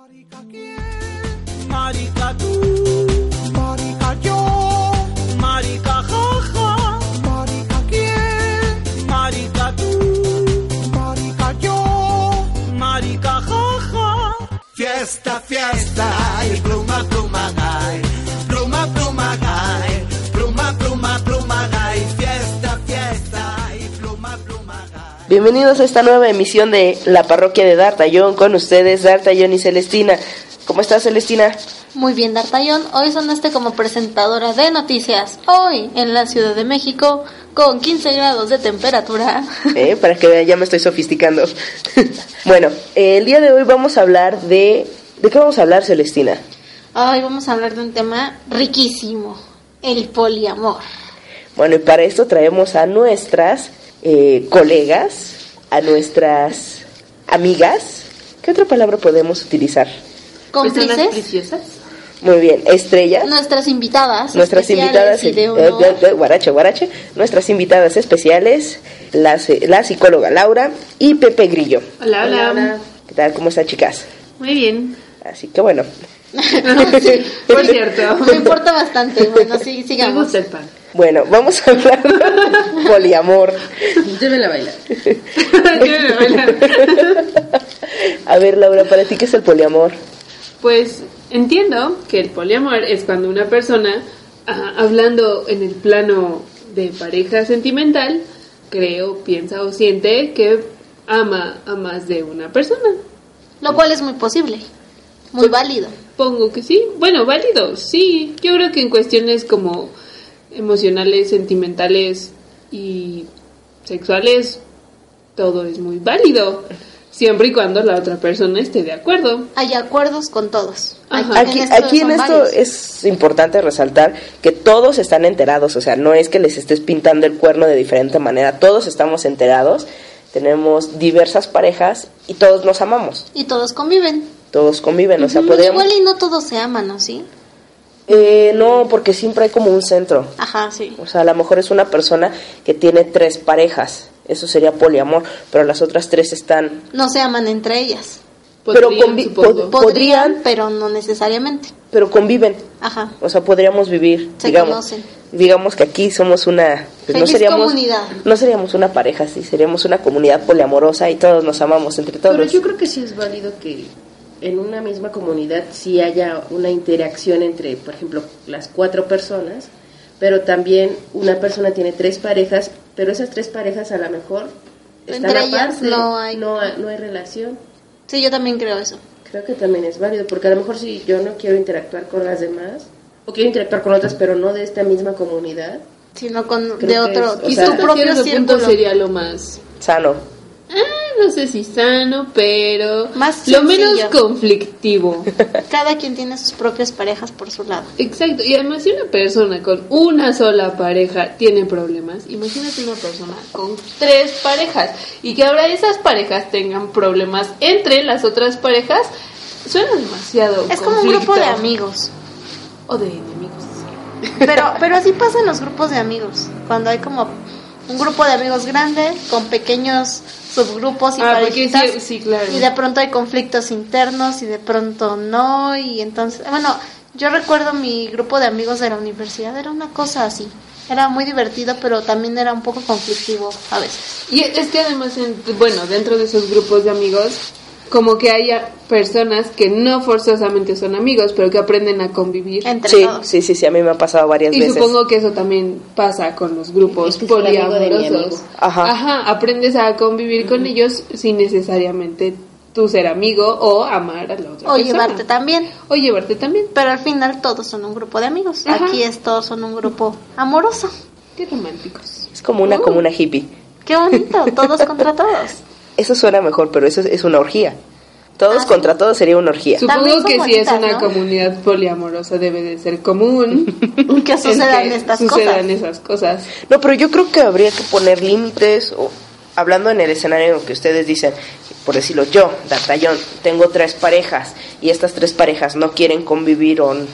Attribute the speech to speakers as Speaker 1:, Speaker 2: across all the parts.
Speaker 1: Marica quién, marica tú, marica yo, marica jaja, marica quién, marica tú, marica yo, marica jaja. Fiesta, fiesta, ay, pluma, pluma, ay, pluma, pluma, ay, pluma, pluma, pluma, ay, fiesta, fiesta, ay, pluma, pluma, ay.
Speaker 2: Bienvenidos a esta nueva emisión de La Parroquia de D'Artagnan con ustedes, D'Artagnan y Celestina. ¿Cómo estás, Celestina?
Speaker 3: Muy bien, D'Artagnan. Hoy sonaste como presentadora de noticias. Hoy, en la Ciudad de México, con 15 grados de temperatura.
Speaker 2: Eh, Para que vean, ya me estoy sofisticando. bueno, eh, el día de hoy vamos a hablar de... ¿De qué vamos a hablar, Celestina?
Speaker 3: Hoy vamos a hablar de un tema riquísimo, el poliamor.
Speaker 2: Pues Bueno, y para esto traemos a nuestras eh, colegas, a nuestras amigas. ¿Qué otra palabra podemos utilizar?
Speaker 3: Cómplices,
Speaker 4: Pues, preciosas?
Speaker 2: Muy bien, estrellas.
Speaker 3: nuestras invitadas.
Speaker 2: nuestras invitadas
Speaker 3: especiales y de honor.
Speaker 2: eh, eh, eh, guarache, guarache. nuestras invitadas especiales la, ce- la psicóloga Laura y Pepe Grillo
Speaker 4: Hola, hola.
Speaker 2: qué tal cómo están chicas
Speaker 4: Muy bien.
Speaker 2: así que bueno
Speaker 4: Sí, Por cierto,
Speaker 3: Me importa bastante. Bueno, sí,
Speaker 4: me
Speaker 3: sigamos.
Speaker 4: gusta el pan.
Speaker 2: bueno vamos a hablar de poliamor
Speaker 4: Llévela a bailar. Llévela a bailar.
Speaker 2: a ver Laura para ti qué es el poliamor
Speaker 4: Pues entiendo que el poliamor es cuando una persona, ah, hablando en el plano de pareja sentimental, creo, piensa o siente que ama a más de una persona.
Speaker 3: Lo cual es muy posible,
Speaker 2: Pues-
Speaker 3: muy válido.
Speaker 4: Pongo que sí. Bueno, válido, sí. Yo creo que en cuestiones como emocionales, sentimentales y sexuales, todo es muy válido. Siempre y cuando la otra persona esté de acuerdo.
Speaker 3: Hay acuerdos con todos.
Speaker 4: Ajá.
Speaker 2: aquí
Speaker 3: en esto
Speaker 2: aquí en
Speaker 3: son
Speaker 2: esto
Speaker 3: varios.
Speaker 2: es importante resaltar que todos están enterados o sea no es que les estés pintando el cuerno de diferente manera todos estamos enterados tenemos diversas parejas y todos nos amamos
Speaker 3: Y todos conviven.
Speaker 2: todos conviven, o sea,
Speaker 3: Ujú,
Speaker 2: podemos...
Speaker 3: Igual y no todos se aman, ¿no? ¿Sí?
Speaker 2: Eh, no, porque siempre hay como un centro.
Speaker 3: Ajá, sí.
Speaker 2: O sea, a lo mejor es una persona que tiene tres parejas, eso sería poliamor, pero las otras tres están...
Speaker 3: No se aman entre ellas.
Speaker 2: Pero
Speaker 4: Podrían,
Speaker 2: convi-
Speaker 4: supongo.
Speaker 2: pod-
Speaker 3: Podrían,
Speaker 2: Podrían.
Speaker 3: pero no necesariamente.
Speaker 2: pero conviven.
Speaker 3: Ajá.
Speaker 2: O sea, podríamos vivir,
Speaker 3: Se
Speaker 2: digamos...
Speaker 3: conocen.
Speaker 2: Digamos que aquí somos una... pues, no
Speaker 3: Feliz
Speaker 2: seríamos,
Speaker 3: comunidad.
Speaker 2: No seríamos una pareja, sí, seríamos una comunidad poliamorosa y todos nos amamos entre todos.
Speaker 5: Pero yo creo que sí es válido que en una misma comunidad sí haya una interacción entre, por ejemplo, las cuatro personas, pero también una persona tiene tres parejas, pero esas tres parejas a lo mejor están
Speaker 3: Entre ellas
Speaker 5: aparte,
Speaker 3: no hay-
Speaker 5: no, no hay relación.
Speaker 3: Sí, yo también creo eso.
Speaker 5: Creo que también es válido, porque a lo mejor si yo no quiero interactuar con las demás, o quiero interactuar con otras, pero no de esta misma comunidad,
Speaker 3: Sino con de
Speaker 5: Creo que
Speaker 3: otro,
Speaker 5: es- o
Speaker 3: y
Speaker 5: sea,
Speaker 3: su
Speaker 4: Hasta
Speaker 3: propio
Speaker 4: cierto punto
Speaker 3: círculo.
Speaker 4: sería lo más...
Speaker 2: Sano.
Speaker 4: ah, no sé si sano, pero...
Speaker 3: Más
Speaker 4: lo menos
Speaker 3: sencillo.
Speaker 4: conflictivo.
Speaker 3: Cada quien tiene sus propias parejas por su lado.
Speaker 4: Exacto, y además si una persona con una sola pareja tiene problemas, imagínate una persona con tres parejas y que ahora esas parejas tengan problemas entre las otras parejas, suena demasiado.
Speaker 3: Es como un grupo
Speaker 4: conflicto.
Speaker 3: de amigos.
Speaker 4: O de enemigos.
Speaker 3: Pero, pero así pasa en los grupos de amigos. Cuando hay como un grupo de amigos grande con pequeños subgrupos y
Speaker 4: Ah, porque
Speaker 3: parejitas.
Speaker 4: sí, sí, claro.
Speaker 3: Y de pronto hay conflictos internos y de pronto no. Y entonces, bueno, yo recuerdo mi grupo de amigos de la universidad, era una cosa así. Era muy divertido, pero también era un poco conflictivo a veces.
Speaker 4: Y es que además, en- bueno, dentro de esos grupos de amigos, como que haya personas que no forzosamente son amigos, pero que aprenden a convivir.
Speaker 3: Entre
Speaker 2: Sí,
Speaker 3: todos.
Speaker 2: sí, sí, sí, a mí me ha pasado varias
Speaker 4: Y
Speaker 2: veces.
Speaker 4: supongo que eso también pasa con los grupos
Speaker 5: Este es el amigo de mi
Speaker 4: poliamorosos.
Speaker 5: amigo.
Speaker 2: Ajá.
Speaker 4: aprendes a convivir con ellos sin necesariamente tú ser amigo o amar a la otra
Speaker 3: O
Speaker 4: persona.
Speaker 3: llevarte también.
Speaker 4: O llevarte también.
Speaker 3: Pero al final todos son un grupo de amigos.
Speaker 4: Ajá.
Speaker 3: Aquí es todos son un grupo amoroso.
Speaker 4: Qué románticos.
Speaker 2: Es como una
Speaker 3: Oh.
Speaker 4: Uh.
Speaker 2: comuna hippie.
Speaker 3: Qué bonito, todos contra todos.
Speaker 2: Eso suena mejor, pero eso es- es una orgía. Todos
Speaker 3: Ah,
Speaker 2: contra todos sería una orgía.
Speaker 3: También son
Speaker 4: Supongo que si es
Speaker 3: bonitas,
Speaker 4: una
Speaker 3: ¿no?
Speaker 4: comunidad poliamorosa debe de ser común.
Speaker 3: Que sucedan
Speaker 4: el que
Speaker 3: estas
Speaker 4: sucedan
Speaker 3: cosas.
Speaker 4: esas cosas.
Speaker 2: No, pero yo creo que habría que poner límites, o hablando en el escenario en el que ustedes dicen, por decirlo yo, D'Artagnan, tengo tres parejas y estas tres parejas no quieren convivir o n-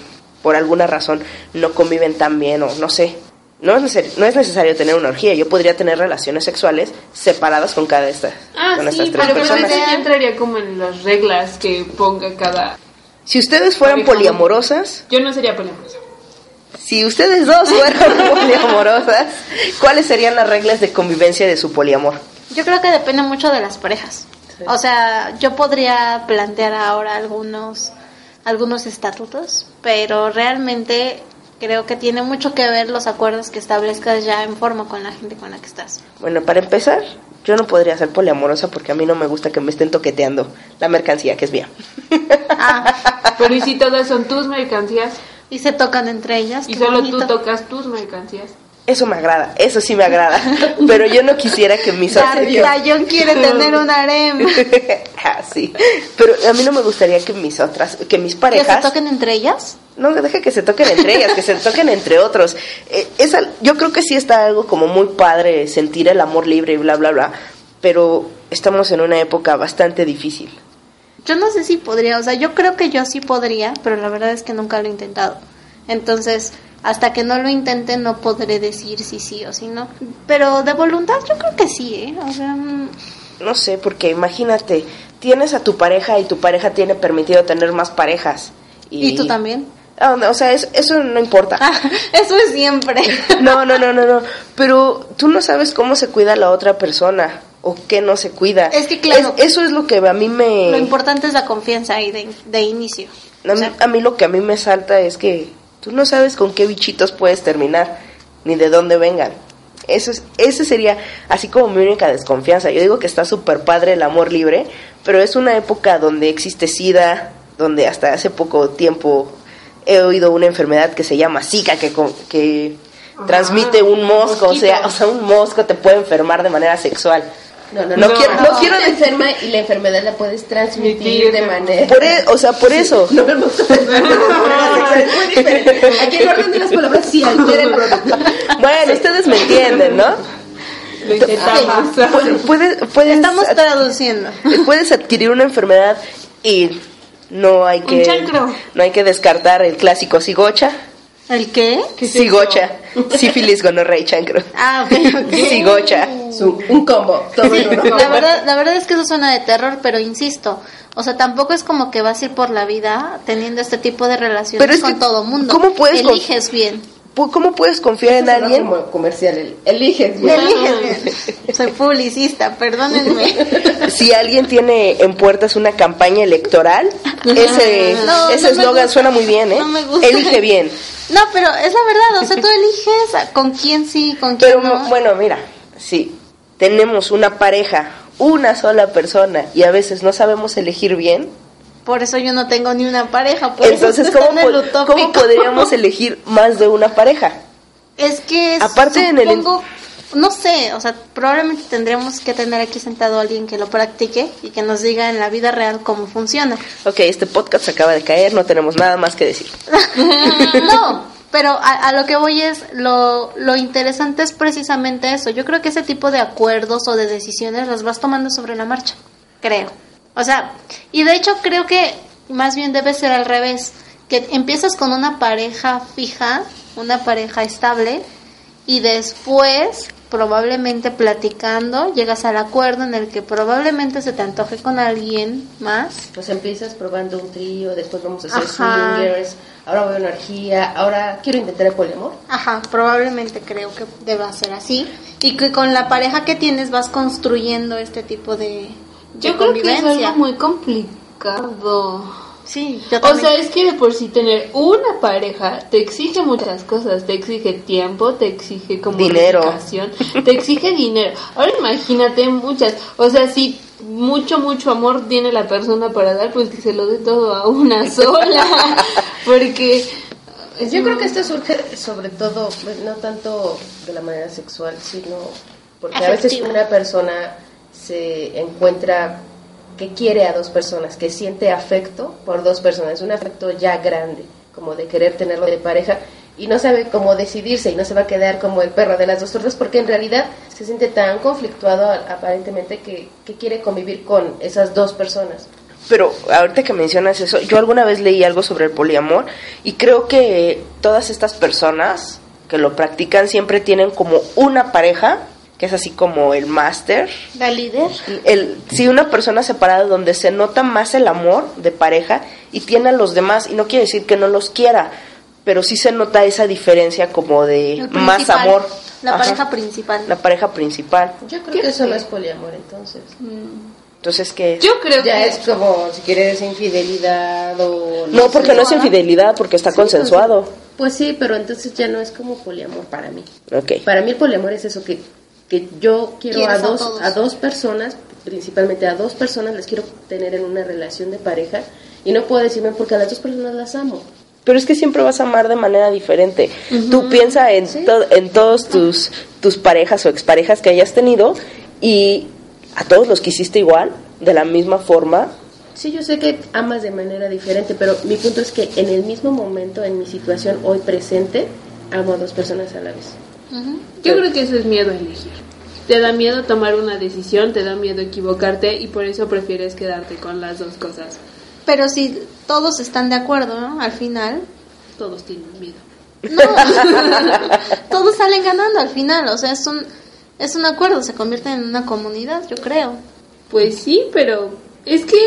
Speaker 2: por alguna razón no conviven tan bien o no sé. No es, neces- no es necesario tener una orgía, yo podría tener relaciones sexuales separadas
Speaker 4: Ah,
Speaker 2: con cada de estas, con estas tres
Speaker 3: pero
Speaker 2: personas.
Speaker 3: creo que-
Speaker 4: entraría como en las reglas que ponga cada
Speaker 2: Si ustedes fueran
Speaker 4: Pareja.
Speaker 2: poliamorosas,
Speaker 4: Yo no sería poliamorosa.
Speaker 2: si ustedes dos fueran poliamorosas, ¿cuáles serían las reglas de convivencia de su poliamor?
Speaker 3: Yo creo que depende mucho de las parejas. O sea, yo podría plantear ahora algunos algunos estatutos, pero realmente creo que tiene mucho que ver los acuerdos que establezcas ya en forma con la gente con la que estás.
Speaker 2: Bueno, para empezar, yo no podría ser poliamorosa porque a mí no me gusta que me estén toqueteando la mercancía que es mía.
Speaker 3: Ah,
Speaker 4: Pero ¿y si todas son tus mercancías?
Speaker 3: y se tocan entre ellas.
Speaker 4: Y
Speaker 3: qué
Speaker 4: solo tú
Speaker 3: bonito.
Speaker 4: tocas tus mercancías.
Speaker 2: Eso me agrada, eso sí me agrada, pero yo no quisiera que mis accesorios...
Speaker 3: Dayón quiere tener un harem.
Speaker 2: Ah, sí. Pero a mí no me gustaría que mis otras, que mis
Speaker 3: ¿Que se
Speaker 2: parejas...
Speaker 3: toquen entre ellas?
Speaker 2: No, deja que se toquen entre ellas, que se toquen entre otros. Eh, es al- yo creo que sí está algo como muy padre, sentir el amor libre y bla, bla, bla, pero estamos en una época bastante difícil.
Speaker 3: Yo no sé si podría, o sea, yo creo que yo sí podría, pero la verdad es que nunca lo he intentado. Entonces, hasta que no lo intente, no podré decir si sí o si no. Pero de voluntad, yo creo que sí, ¿eh? O sea, mm,
Speaker 2: No sé, porque imagínate, tienes a tu pareja y tu pareja tiene permitido tener más parejas.
Speaker 3: y, tú también.
Speaker 2: Ah, no, o sea, es- eso no importa.
Speaker 3: Ah, eso es siempre.
Speaker 2: No, no, no, no, no. Pero tú no sabes cómo se cuida la otra persona o qué no se cuida.
Speaker 3: Es que claro.
Speaker 2: Es- eso es lo que a mí me...
Speaker 3: Lo importante es la confianza ahí de, de inicio.
Speaker 2: A
Speaker 3: O
Speaker 2: mí,
Speaker 3: sea,
Speaker 2: a mí lo que a mí me salta es que tú no sabes con qué bichitos puedes terminar, ni de dónde vengan. Eso es, ese sería así como mi única desconfianza. Yo digo que está súper padre el amor libre, pero es una época donde existe SIDA, donde hasta hace poco tiempo he oído una enfermedad que se llama Zika, que, con- que
Speaker 4: Ajá,
Speaker 2: transmite un mosco, o sea,
Speaker 4: mosquito.
Speaker 2: o sea, un mosco te puede enfermar de manera sexual.
Speaker 5: No, no,
Speaker 2: No
Speaker 5: no.
Speaker 2: quiero- no quiero-
Speaker 5: Te enferma y la enfermedad la puedes transmitir de manera.
Speaker 2: Por e- o sea, por eso.
Speaker 5: No me gusta. Muy diferente. Aquí el orden de las palabras sí altera el producto.
Speaker 2: Bueno, ustedes me entienden, ¿no?
Speaker 4: Lo intentamos.
Speaker 2: Pu- Puedes, puedes
Speaker 3: estamos traduciendo.
Speaker 2: puedes adquirir una enfermedad y no hay que
Speaker 4: chancro.
Speaker 2: no hay que descartar el clásico cigocha
Speaker 3: ¿El qué?
Speaker 2: cigocha sífilis gonorrea y chancro
Speaker 3: Ah, ok, ok.
Speaker 2: cigocha
Speaker 5: Es un, un combo. Todo en uno.
Speaker 3: La verdad, la verdad es que eso suena de terror, pero insisto, o sea, tampoco es como que vas a ir por la vida teniendo este tipo de relaciones
Speaker 2: Pero es
Speaker 3: con
Speaker 2: que,
Speaker 3: todo mundo.
Speaker 2: ¿cómo puedes con-
Speaker 3: Eliges bien.
Speaker 2: Pu- cómo puedes confiar en
Speaker 5: Suena
Speaker 2: alguien
Speaker 5: Como comercial. el- Eliges. bien.
Speaker 3: Eliges bien. Soy publicista, perdónenme.
Speaker 2: si alguien tiene en puertas una campaña electoral ese ese
Speaker 3: No, no me
Speaker 2: eslogan
Speaker 3: gusta.
Speaker 2: suena muy bien eh
Speaker 3: No me gusta.
Speaker 2: elige bien
Speaker 3: No, pero es la verdad, o sea, tú eliges a- con quién sí, con quién
Speaker 2: Pero
Speaker 3: no.
Speaker 2: bueno, mira, si tenemos una pareja, una sola persona, y a veces no sabemos elegir bien,
Speaker 3: Por eso yo no tengo ni una pareja, por
Speaker 2: entonces
Speaker 3: eso
Speaker 2: ¿cómo,
Speaker 3: estoy en el
Speaker 2: po-
Speaker 3: utópico.
Speaker 2: ¿cómo podríamos elegir más de una pareja?
Speaker 3: Es que es-
Speaker 2: Aparte en el-
Speaker 3: supongo, no sé, o sea, probablemente tendremos que tener aquí sentado a alguien que lo practique y que nos diga en la vida real cómo funciona.
Speaker 2: Ok, este podcast se acaba de caer, no tenemos nada más que decir.
Speaker 3: no, pero a, a lo que voy es, lo, lo interesante es precisamente eso. Yo creo que ese tipo de acuerdos o de decisiones las vas tomando sobre la marcha, creo. O sea, y de hecho creo que más bien debe ser al revés, que empiezas con una pareja fija, una pareja estable, y después probablemente platicando llegas al acuerdo en el que probablemente se te antoje con alguien más
Speaker 5: Pues empiezas probando un trío, después vamos a hacer
Speaker 3: Ajá.
Speaker 5: swingers, ahora voy a energía, ahora quiero intentar el poliamor.
Speaker 3: Ajá, probablemente creo que deba ser así. Y que con la pareja que tienes vas construyendo este tipo de, de
Speaker 4: Yo creo que es
Speaker 3: convivencia.
Speaker 4: algo muy complicado.
Speaker 3: Sí, yo
Speaker 4: O
Speaker 3: también.
Speaker 4: sea, es que de por sí tener una pareja te exige muchas cosas, te exige tiempo, te exige
Speaker 2: Dinero.
Speaker 4: comunicación, te exige dinero. Ahora imagínate muchas, o sea, si mucho, mucho amor tiene la persona para dar, pues que se lo dé todo a una sola, porque es
Speaker 5: Yo creo que esto surge sobre todo, pues, no tanto de la manera sexual, sino porque a veces
Speaker 3: Afectiva.
Speaker 5: una persona se encuentra que quiere a dos personas, que siente afecto por dos personas, un afecto ya grande, como de querer tenerlo de pareja, y no sabe cómo decidirse y no se va a quedar como el perro de las dos tortas porque en realidad se siente tan conflictuado a- aparentemente que, que quiere convivir con esas dos personas.
Speaker 2: Pero ahorita que mencionas eso, yo alguna vez leí algo sobre el poliamor y creo que todas estas personas que lo practican siempre tienen como una pareja que es así como el máster.
Speaker 3: La líder.
Speaker 2: El, sí, una persona separada donde se nota más el amor de pareja y tiene a los demás, y no quiere decir que no los quiera, pero sí se nota esa diferencia como de
Speaker 3: el
Speaker 2: más
Speaker 3: principal,
Speaker 2: amor.
Speaker 3: La
Speaker 2: Ajá,
Speaker 3: pareja principal.
Speaker 2: la pareja principal.
Speaker 5: Yo creo que eso no es poliamor, entonces.
Speaker 2: Entonces, que
Speaker 4: Yo creo
Speaker 5: Ya
Speaker 4: que
Speaker 5: es como, si quieres, infidelidad o...
Speaker 2: No,
Speaker 5: sé.
Speaker 2: porque no es infidelidad, porque está consensuado.
Speaker 5: Pues sí, pero entonces ya no es como poliamor para mí.
Speaker 3: pues,
Speaker 2: Ok.
Speaker 5: Para mí el poliamor es eso, que, que yo quiero a
Speaker 3: Quieres a
Speaker 5: dos,
Speaker 3: todos.
Speaker 5: a dos personas, principalmente a dos personas, las quiero tener en una relación de pareja y no puedo decirme porque a las dos personas las amo.
Speaker 2: Pero es que siempre vas a amar de manera diferente. Tú piensa en, to- en todos tus, tus parejas o exparejas que hayas tenido y a todos los quisiste igual, de la misma forma.
Speaker 5: Sí, yo sé que amas de manera diferente, pero mi punto es que en el mismo momento, en mi situación hoy presente, amo a dos personas a la vez.
Speaker 3: Ujú.
Speaker 4: Yo creo que eso es miedo a elegir. Te da miedo tomar una decisión, te da miedo equivocarte y por eso prefieres quedarte con las dos cosas.
Speaker 3: Pero si todos están de acuerdo, ¿no? Al final.
Speaker 4: Todos tienen miedo.
Speaker 3: No. todos salen ganando al final. O sea, es un, es un acuerdo. Se convierte en una comunidad, yo creo.
Speaker 4: Pues sí, pero es que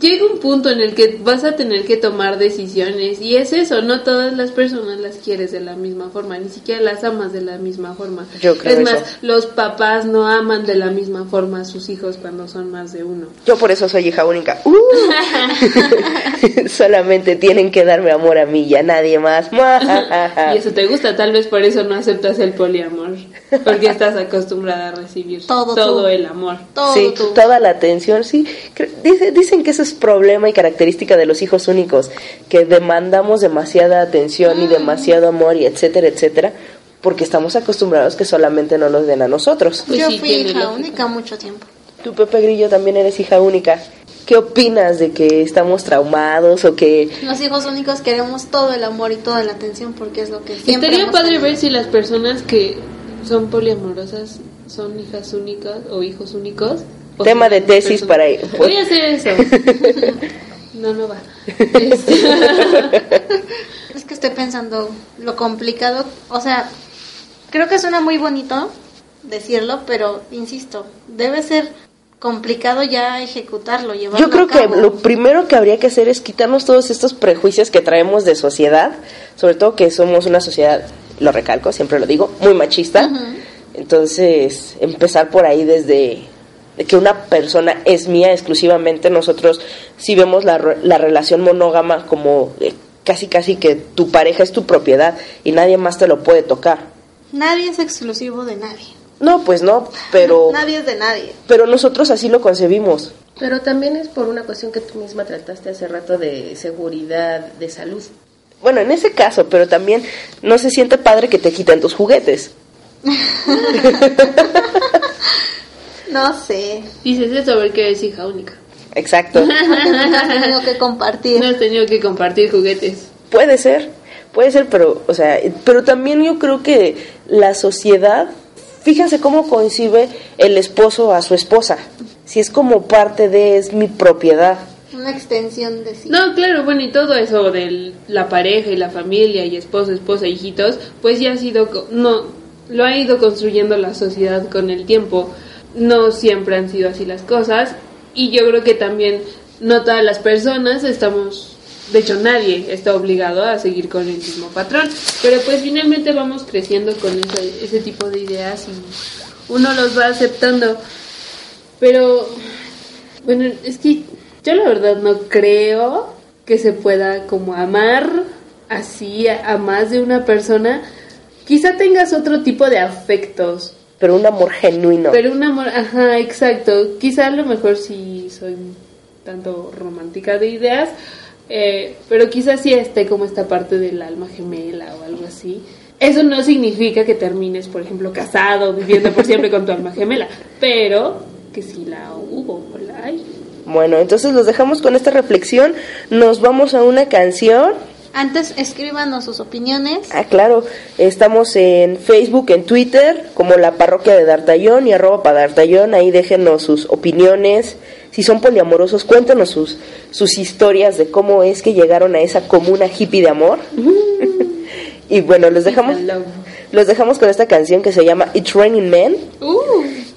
Speaker 4: llega un punto en el que vas a tener que tomar decisiones y es eso, no todas las personas las quieres de la misma forma, ni siquiera las amas de la misma forma.
Speaker 2: Yo creo
Speaker 4: es más,
Speaker 2: eso.
Speaker 4: los papás no aman de la misma forma a sus hijos cuando son más de uno.
Speaker 2: Yo por eso soy hija única. ¡Uh! Solamente tienen que darme amor a mí y a nadie más.
Speaker 4: Y eso te gusta, tal vez por eso no aceptas el poliamor, porque estás acostumbrada a recibir
Speaker 3: Todo
Speaker 4: todo,
Speaker 3: tú.
Speaker 4: el amor.
Speaker 3: Todo
Speaker 2: sí,
Speaker 3: tú.
Speaker 2: toda la atención, sí. Cre- dice- dicen que ese es problema y característica de los hijos únicos, que demandamos demasiada atención y demasiado amor y etcétera, etcétera, porque estamos acostumbrados que solamente nos los den a nosotros.
Speaker 4: Pues
Speaker 3: yo
Speaker 4: sí,
Speaker 3: fui
Speaker 4: tiene
Speaker 3: hija
Speaker 4: lógica.
Speaker 3: única mucho tiempo.
Speaker 2: Tú, Pepe Grillo, también eres hija única. ¿Qué opinas de que estamos traumados o que...
Speaker 3: Los hijos únicos queremos todo el amor y toda la atención porque es lo que siempre.
Speaker 4: Estaría
Speaker 3: hemos
Speaker 4: padre
Speaker 3: tenido.
Speaker 4: ver si las personas que son poliamorosas son hijas únicas o hijos únicos. o
Speaker 2: Tema
Speaker 4: son
Speaker 2: de tesis
Speaker 4: personas-
Speaker 2: para-
Speaker 4: Voy a hacer eso. No, no va. Este,
Speaker 3: Es que estoy pensando lo complicado, o sea, creo que suena muy bonito decirlo, pero insisto, debe ser complicado ya ejecutarlo, llevarlo
Speaker 2: Yo creo
Speaker 3: a
Speaker 2: que
Speaker 3: cabo.
Speaker 2: lo primero que habría que hacer es quitarnos todos estos prejuicios que traemos de sociedad, sobre todo que somos una sociedad, lo recalco, siempre lo digo, muy machista. Entonces, empezar por ahí desde de que una persona es mía exclusivamente, nosotros si vemos la, re- la relación monógama como eh, casi casi que tu pareja es tu propiedad y nadie más te lo puede tocar.
Speaker 3: Nadie es exclusivo de nadie.
Speaker 2: No, pues no, pero
Speaker 3: Nadie es de nadie.
Speaker 2: pero nosotros así lo concebimos.
Speaker 5: Pero también es por una cuestión que tú misma trataste hace rato de seguridad, de salud.
Speaker 2: Bueno, en ese caso, pero también no se siente padre que te quiten tus juguetes.
Speaker 3: No sé.
Speaker 4: Dices eso porque eres hija única.
Speaker 2: Exacto.
Speaker 3: Tengo que compartir.
Speaker 4: No has tenido que compartir juguetes.
Speaker 2: puede ser, puede ser, pero, o sea, pero también yo creo que la sociedad, fíjense cómo concibe el esposo a su esposa. Si es como parte de, es mi propiedad.
Speaker 3: Una extensión de sí.
Speaker 4: No, claro, bueno, y todo eso de la pareja y la familia y esposo, esposa, hijitos, pues ya ha sido, co- no, lo ha ido construyendo la sociedad con el tiempo. No siempre han sido así las cosas y yo creo que también no todas las personas estamos, de hecho nadie está obligado a seguir con el mismo patrón, pero pues finalmente vamos creciendo con ese, ese tipo de ideas y uno los va aceptando. Pero, bueno, es que yo la verdad no creo que se pueda como amar así a, a más de una persona. Quizá tengas otro tipo de afectos,
Speaker 2: Pero un amor genuino.
Speaker 4: pero un amor, ajá, exacto. Quizá a lo mejor sí soy tanto romántica de ideas, eh, pero quizá sí esté como esta parte del alma gemela o algo así. Eso no significa que termines, por ejemplo, casado, viviendo por siempre con tu alma gemela, pero que sí la hubo o la hay.
Speaker 2: Bueno, entonces los dejamos con esta reflexión. Nos vamos a una canción.
Speaker 3: Antes escríbanos sus opiniones.
Speaker 2: Ah, claro. Estamos en Facebook, en Twitter, como la parroquia de Dartayón y arroba para Dartayón. Ahí déjenos sus opiniones. Si son poliamorosos, cuéntenos sus, sus historias de cómo es que llegaron a esa comuna hippie de amor. y bueno, los dejamos,
Speaker 4: Mm. Hello.
Speaker 2: los dejamos con esta canción que se llama It's Raining Men.
Speaker 4: Uh,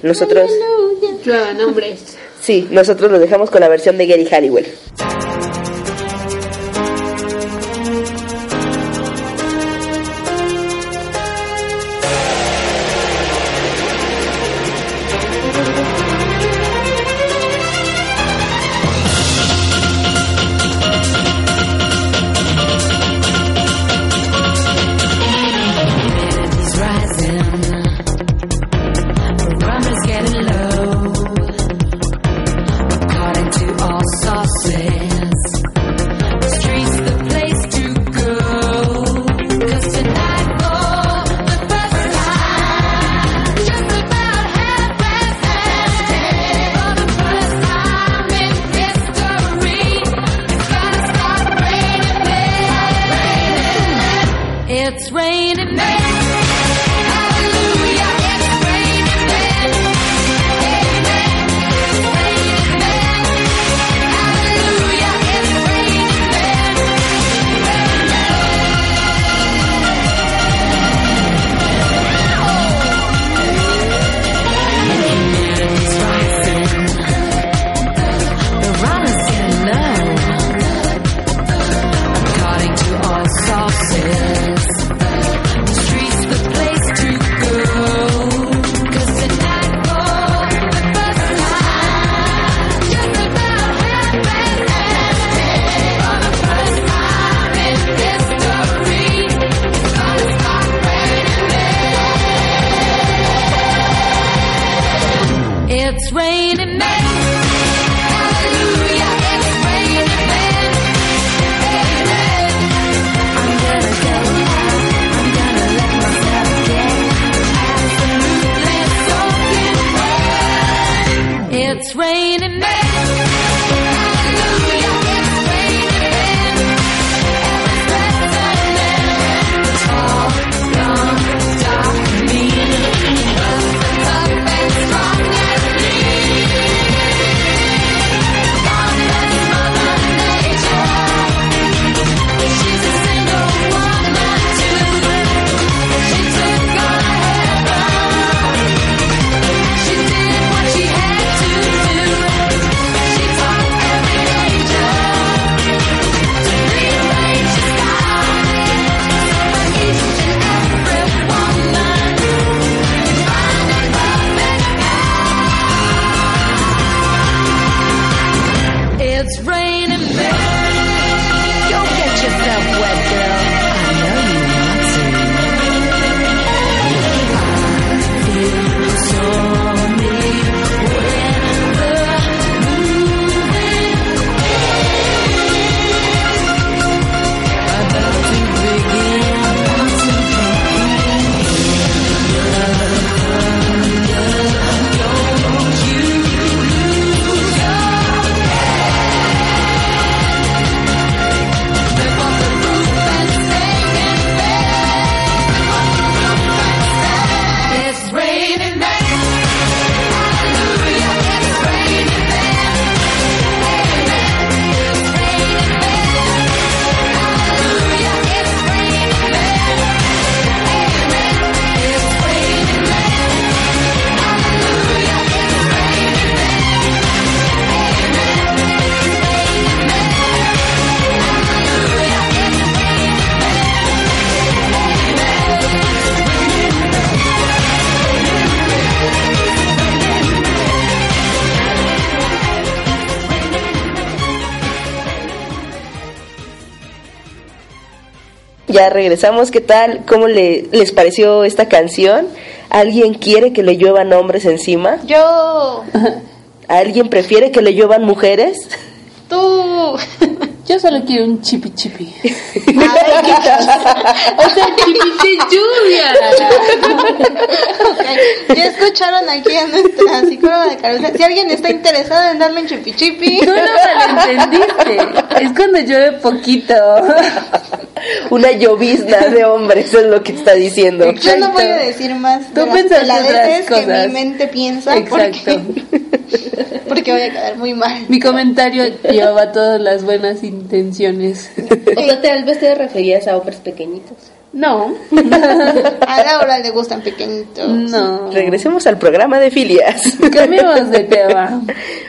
Speaker 2: Nosotros,
Speaker 4: lluevan hombres.
Speaker 2: sí, nosotros los dejamos con la versión de Gary Halliwell.
Speaker 6: It's rising. The rum is getting low. We're caught into all sauces. The street's the place to go. 'Cause tonight for the first time, just about half past ten. For the first time in history, it's gonna start raining men. It's raining men. Hallelujah, it's raining men. Amen, it's raining men. Hallelujah, it's raining men. Humanity's rising. The run is getting low. According to all sources. Streets the place to go. 'Cause tonight for the first time, just about half past ten. For the first time in history, it's gonna start raining. It's raining men. Hallelujah! It's raining men. Amen. I'm gonna go out. I'm gonna let myself get absolutely soaking wet. It's raining men. Hallelujah! It's raining men. Every breath of men. Tall, young, dark, mean. Both tough and strong and mean. Gone is Mother Nature. She's a single woman too. She took on heaven. She did what she had to do. She taught every angel to rearrange the sky. So that each and every woman can find a perfect high. It's raining men. Go get yourself wet, girl. I know you want to. I feel so me when the moving is about to begin. About to begin. It's raining men. Hallelujah, it's raining men. Amen, it's raining men. Hallelujah, it's raining men. Amen, it's raining men. Hallelujah, it's raining men. Amen, it's raining men. Hallelujah, it's raining men. Amen, it's raining men.
Speaker 2: Ya regresamos, ¿qué tal? ¿Cómo le- les pareció esta canción? ¿Alguien quiere que le lluevan hombres encima?
Speaker 3: Yo,
Speaker 2: ¿Alguien prefiere que le lluevan mujeres?
Speaker 3: tú.
Speaker 4: Yo solo quiero un chipi chipi. O sea, chipi de lluvia.
Speaker 3: Ok, Ya escucharon aquí a nuestra psicóloga de cabeza. Si alguien está interesado en darle un chipi chipi,
Speaker 4: Tú no malentendiste. Es cuando llueve poquito.
Speaker 2: Una llovizna de hombres es lo que está diciendo.
Speaker 3: yo no voy a decir más
Speaker 4: Tú
Speaker 3: de las
Speaker 4: pensaste
Speaker 3: peladeces
Speaker 4: otras
Speaker 3: que
Speaker 4: cosas.
Speaker 3: mi mente piensa
Speaker 4: Exacto.
Speaker 3: porque, porque voy a quedar muy mal.
Speaker 4: Mi comentario llevaba todas las buenas intenciones.
Speaker 5: O sea, tal vez te referías a hombres pequeñitos.
Speaker 4: No.
Speaker 3: A Laura le gustan pequeñitos.
Speaker 4: No.
Speaker 2: Regresemos al programa de filias.
Speaker 4: Cambiemos de tema.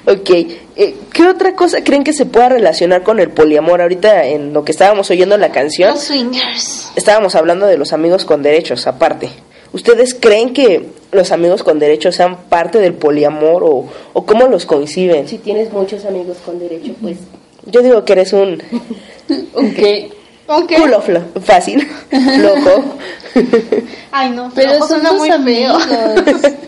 Speaker 2: ok, eh, ¿qué otra cosa creen que se pueda relacionar con el poliamor? Ahorita en lo que estábamos oyendo en la canción,
Speaker 3: Los swingers.
Speaker 2: estábamos hablando de los amigos con derechos aparte. ¿Ustedes creen que los amigos con derechos sean parte del poliamor o, o cómo los coinciden?
Speaker 5: Si tienes muchos amigos con derecho, pues
Speaker 2: Yo digo que eres un
Speaker 4: Ok.
Speaker 3: Ok.
Speaker 2: culo flo- fácil, loco.
Speaker 3: Ay, no.
Speaker 4: Pero
Speaker 3: ojo,
Speaker 4: son
Speaker 3: suena
Speaker 4: dos
Speaker 3: muy feo.
Speaker 4: amigos.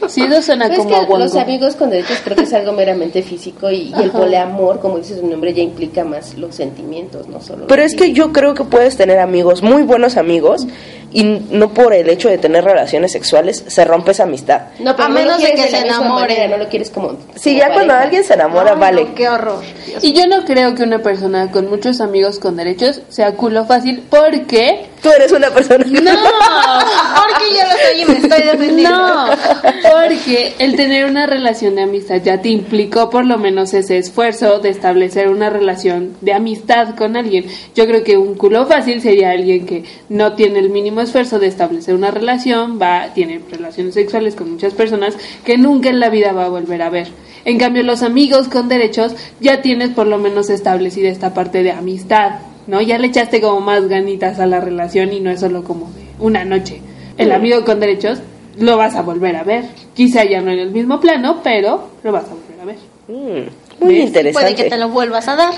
Speaker 4: Sí, no suena
Speaker 5: Pero es
Speaker 4: como
Speaker 5: que
Speaker 4: guango.
Speaker 5: los amigos con derechos creo que es algo meramente físico y, y el poliamor, como dice su nombre, ya implica más los sentimientos, no solo.
Speaker 2: Pero
Speaker 5: lo
Speaker 2: es que
Speaker 5: físico.
Speaker 2: yo creo que puedes tener amigos, muy buenos amigos, y no por el hecho de tener relaciones sexuales se rompe esa amistad.
Speaker 5: No, pero
Speaker 3: A
Speaker 5: no
Speaker 3: menos
Speaker 5: lo
Speaker 3: de
Speaker 5: quieres
Speaker 3: que
Speaker 5: la
Speaker 3: se
Speaker 5: misma
Speaker 3: enamoren.
Speaker 5: manera, no lo quieres como.
Speaker 2: Si
Speaker 5: como
Speaker 2: ya cuando
Speaker 5: pareja.
Speaker 2: alguien se enamora,
Speaker 3: Ay, no,
Speaker 2: vale.
Speaker 3: qué horror.
Speaker 4: Y yo no creo que una persona con muchos amigos con derechos sea culo fácil porque...
Speaker 2: Tú eres una persona.
Speaker 4: ¡No!
Speaker 3: Porque yo lo soy y me estoy defendiendo.
Speaker 4: No, porque el tener una relación de amistad ya te implicó por lo menos ese esfuerzo de establecer una relación de amistad con alguien. Yo creo que un culo fácil sería alguien que no tiene el mínimo esfuerzo de establecer una relación, va, tiene relaciones sexuales con muchas personas que nunca en la vida va a volver a ver. En cambio, los amigos con derechos ya tienes por lo menos establecida esta parte de amistad, ¿no? Ya le echaste como más ganitas a la relación y no es solo como de una noche. El amigo con derechos lo vas a volver a ver. Quizá ya no en el mismo plano, pero lo vas a volver a ver.
Speaker 2: Mm, muy
Speaker 4: ¿Ves?
Speaker 2: interesante.
Speaker 3: Puede que te lo vuelvas a dar.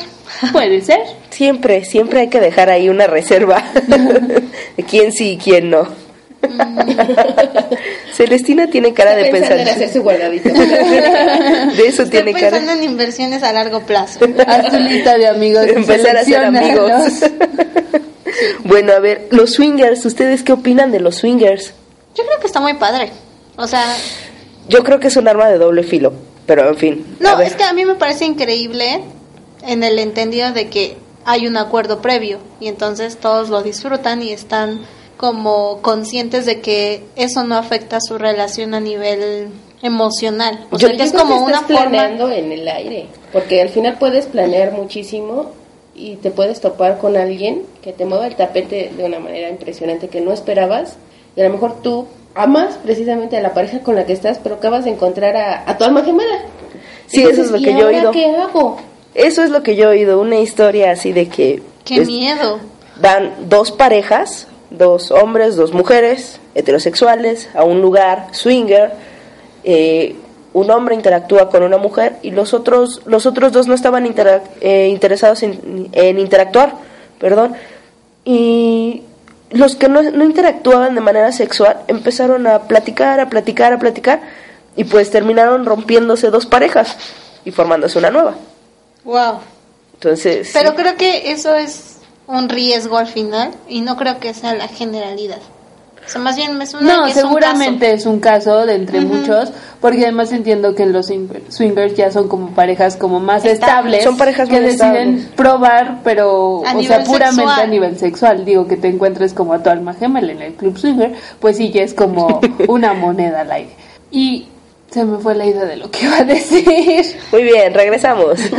Speaker 4: Puede ser.
Speaker 2: Siempre, siempre hay que dejar ahí una reserva de quién sí y quién no.
Speaker 3: Mm.
Speaker 2: Celestina tiene cara de
Speaker 5: Está pensando en
Speaker 2: pensar.
Speaker 5: hacer su guardadito.
Speaker 2: De eso
Speaker 3: Estoy
Speaker 2: tiene cara.
Speaker 3: pensando en inversiones a largo plazo.
Speaker 4: Haz tu lista de amigos. y
Speaker 2: empezar a ser amigos.
Speaker 4: selecciónalos.
Speaker 2: bueno, a ver, los swingers, ¿ustedes qué opinan de los swingers?
Speaker 3: Yo creo que está muy padre. O sea,
Speaker 2: Yo creo que es un arma de doble filo, pero en fin. a
Speaker 3: no,
Speaker 2: ver.
Speaker 3: es que a mí me parece increíble en el entendido de que hay un acuerdo previo y entonces todos lo disfrutan y están como conscientes de que eso no afecta su relación a nivel emocional. O
Speaker 5: Yo-
Speaker 3: sea,
Speaker 5: yo
Speaker 3: que es
Speaker 5: creo
Speaker 3: como
Speaker 5: estás
Speaker 3: una forma...
Speaker 5: planeando en el aire, porque al final puedes planear muchísimo y te puedes topar con alguien que te mueva el tapete de una manera impresionante que no esperabas y a lo mejor tú amas precisamente a la pareja con la que estás, pero acabas de encontrar a, a tu alma gemela.
Speaker 2: Sí,
Speaker 5: Y
Speaker 2: eso es
Speaker 5: dices,
Speaker 2: lo
Speaker 5: "¿Y
Speaker 2: que yo he oído.
Speaker 5: ahora ¿Qué hago?
Speaker 2: Eso es lo que yo he oído, una historia así de que
Speaker 3: ¡Qué
Speaker 2: es-
Speaker 3: miedo!
Speaker 2: van dos parejas, dos hombres, dos mujeres, heterosexuales, a un lugar swinger. eh, un hombre interactúa con una mujer y los otros, los otros dos no estaban interac- eh, interesados en, en interactuar, perdón. Y los que no, no interactuaban de manera sexual empezaron a platicar, a platicar, a platicar y pues terminaron rompiéndose dos parejas y formándose una nueva.
Speaker 3: ¡Wow!
Speaker 2: Entonces,
Speaker 3: Pero
Speaker 2: sí.
Speaker 3: creo que eso es un riesgo al final y no creo que sea la generalidad. O sea, más bien me suena
Speaker 4: No,
Speaker 3: que es un
Speaker 4: seguramente es un caso de entre
Speaker 3: Ujú.
Speaker 4: muchos, porque además entiendo que en los swing- swingers ya son como parejas como más
Speaker 3: Estables.
Speaker 4: estables,
Speaker 2: Son parejas
Speaker 4: que
Speaker 2: muy
Speaker 4: deciden
Speaker 2: estables.
Speaker 4: probar, pero
Speaker 3: A
Speaker 4: o sea,
Speaker 3: nivel
Speaker 4: puramente
Speaker 3: sexual.
Speaker 4: a nivel sexual, digo que te encuentres como a tu alma gemela en el club swinger, pues sí ya es como una moneda al aire. Y se me fue la idea de lo que iba a decir.
Speaker 2: muy bien, regresamos.
Speaker 3: caso.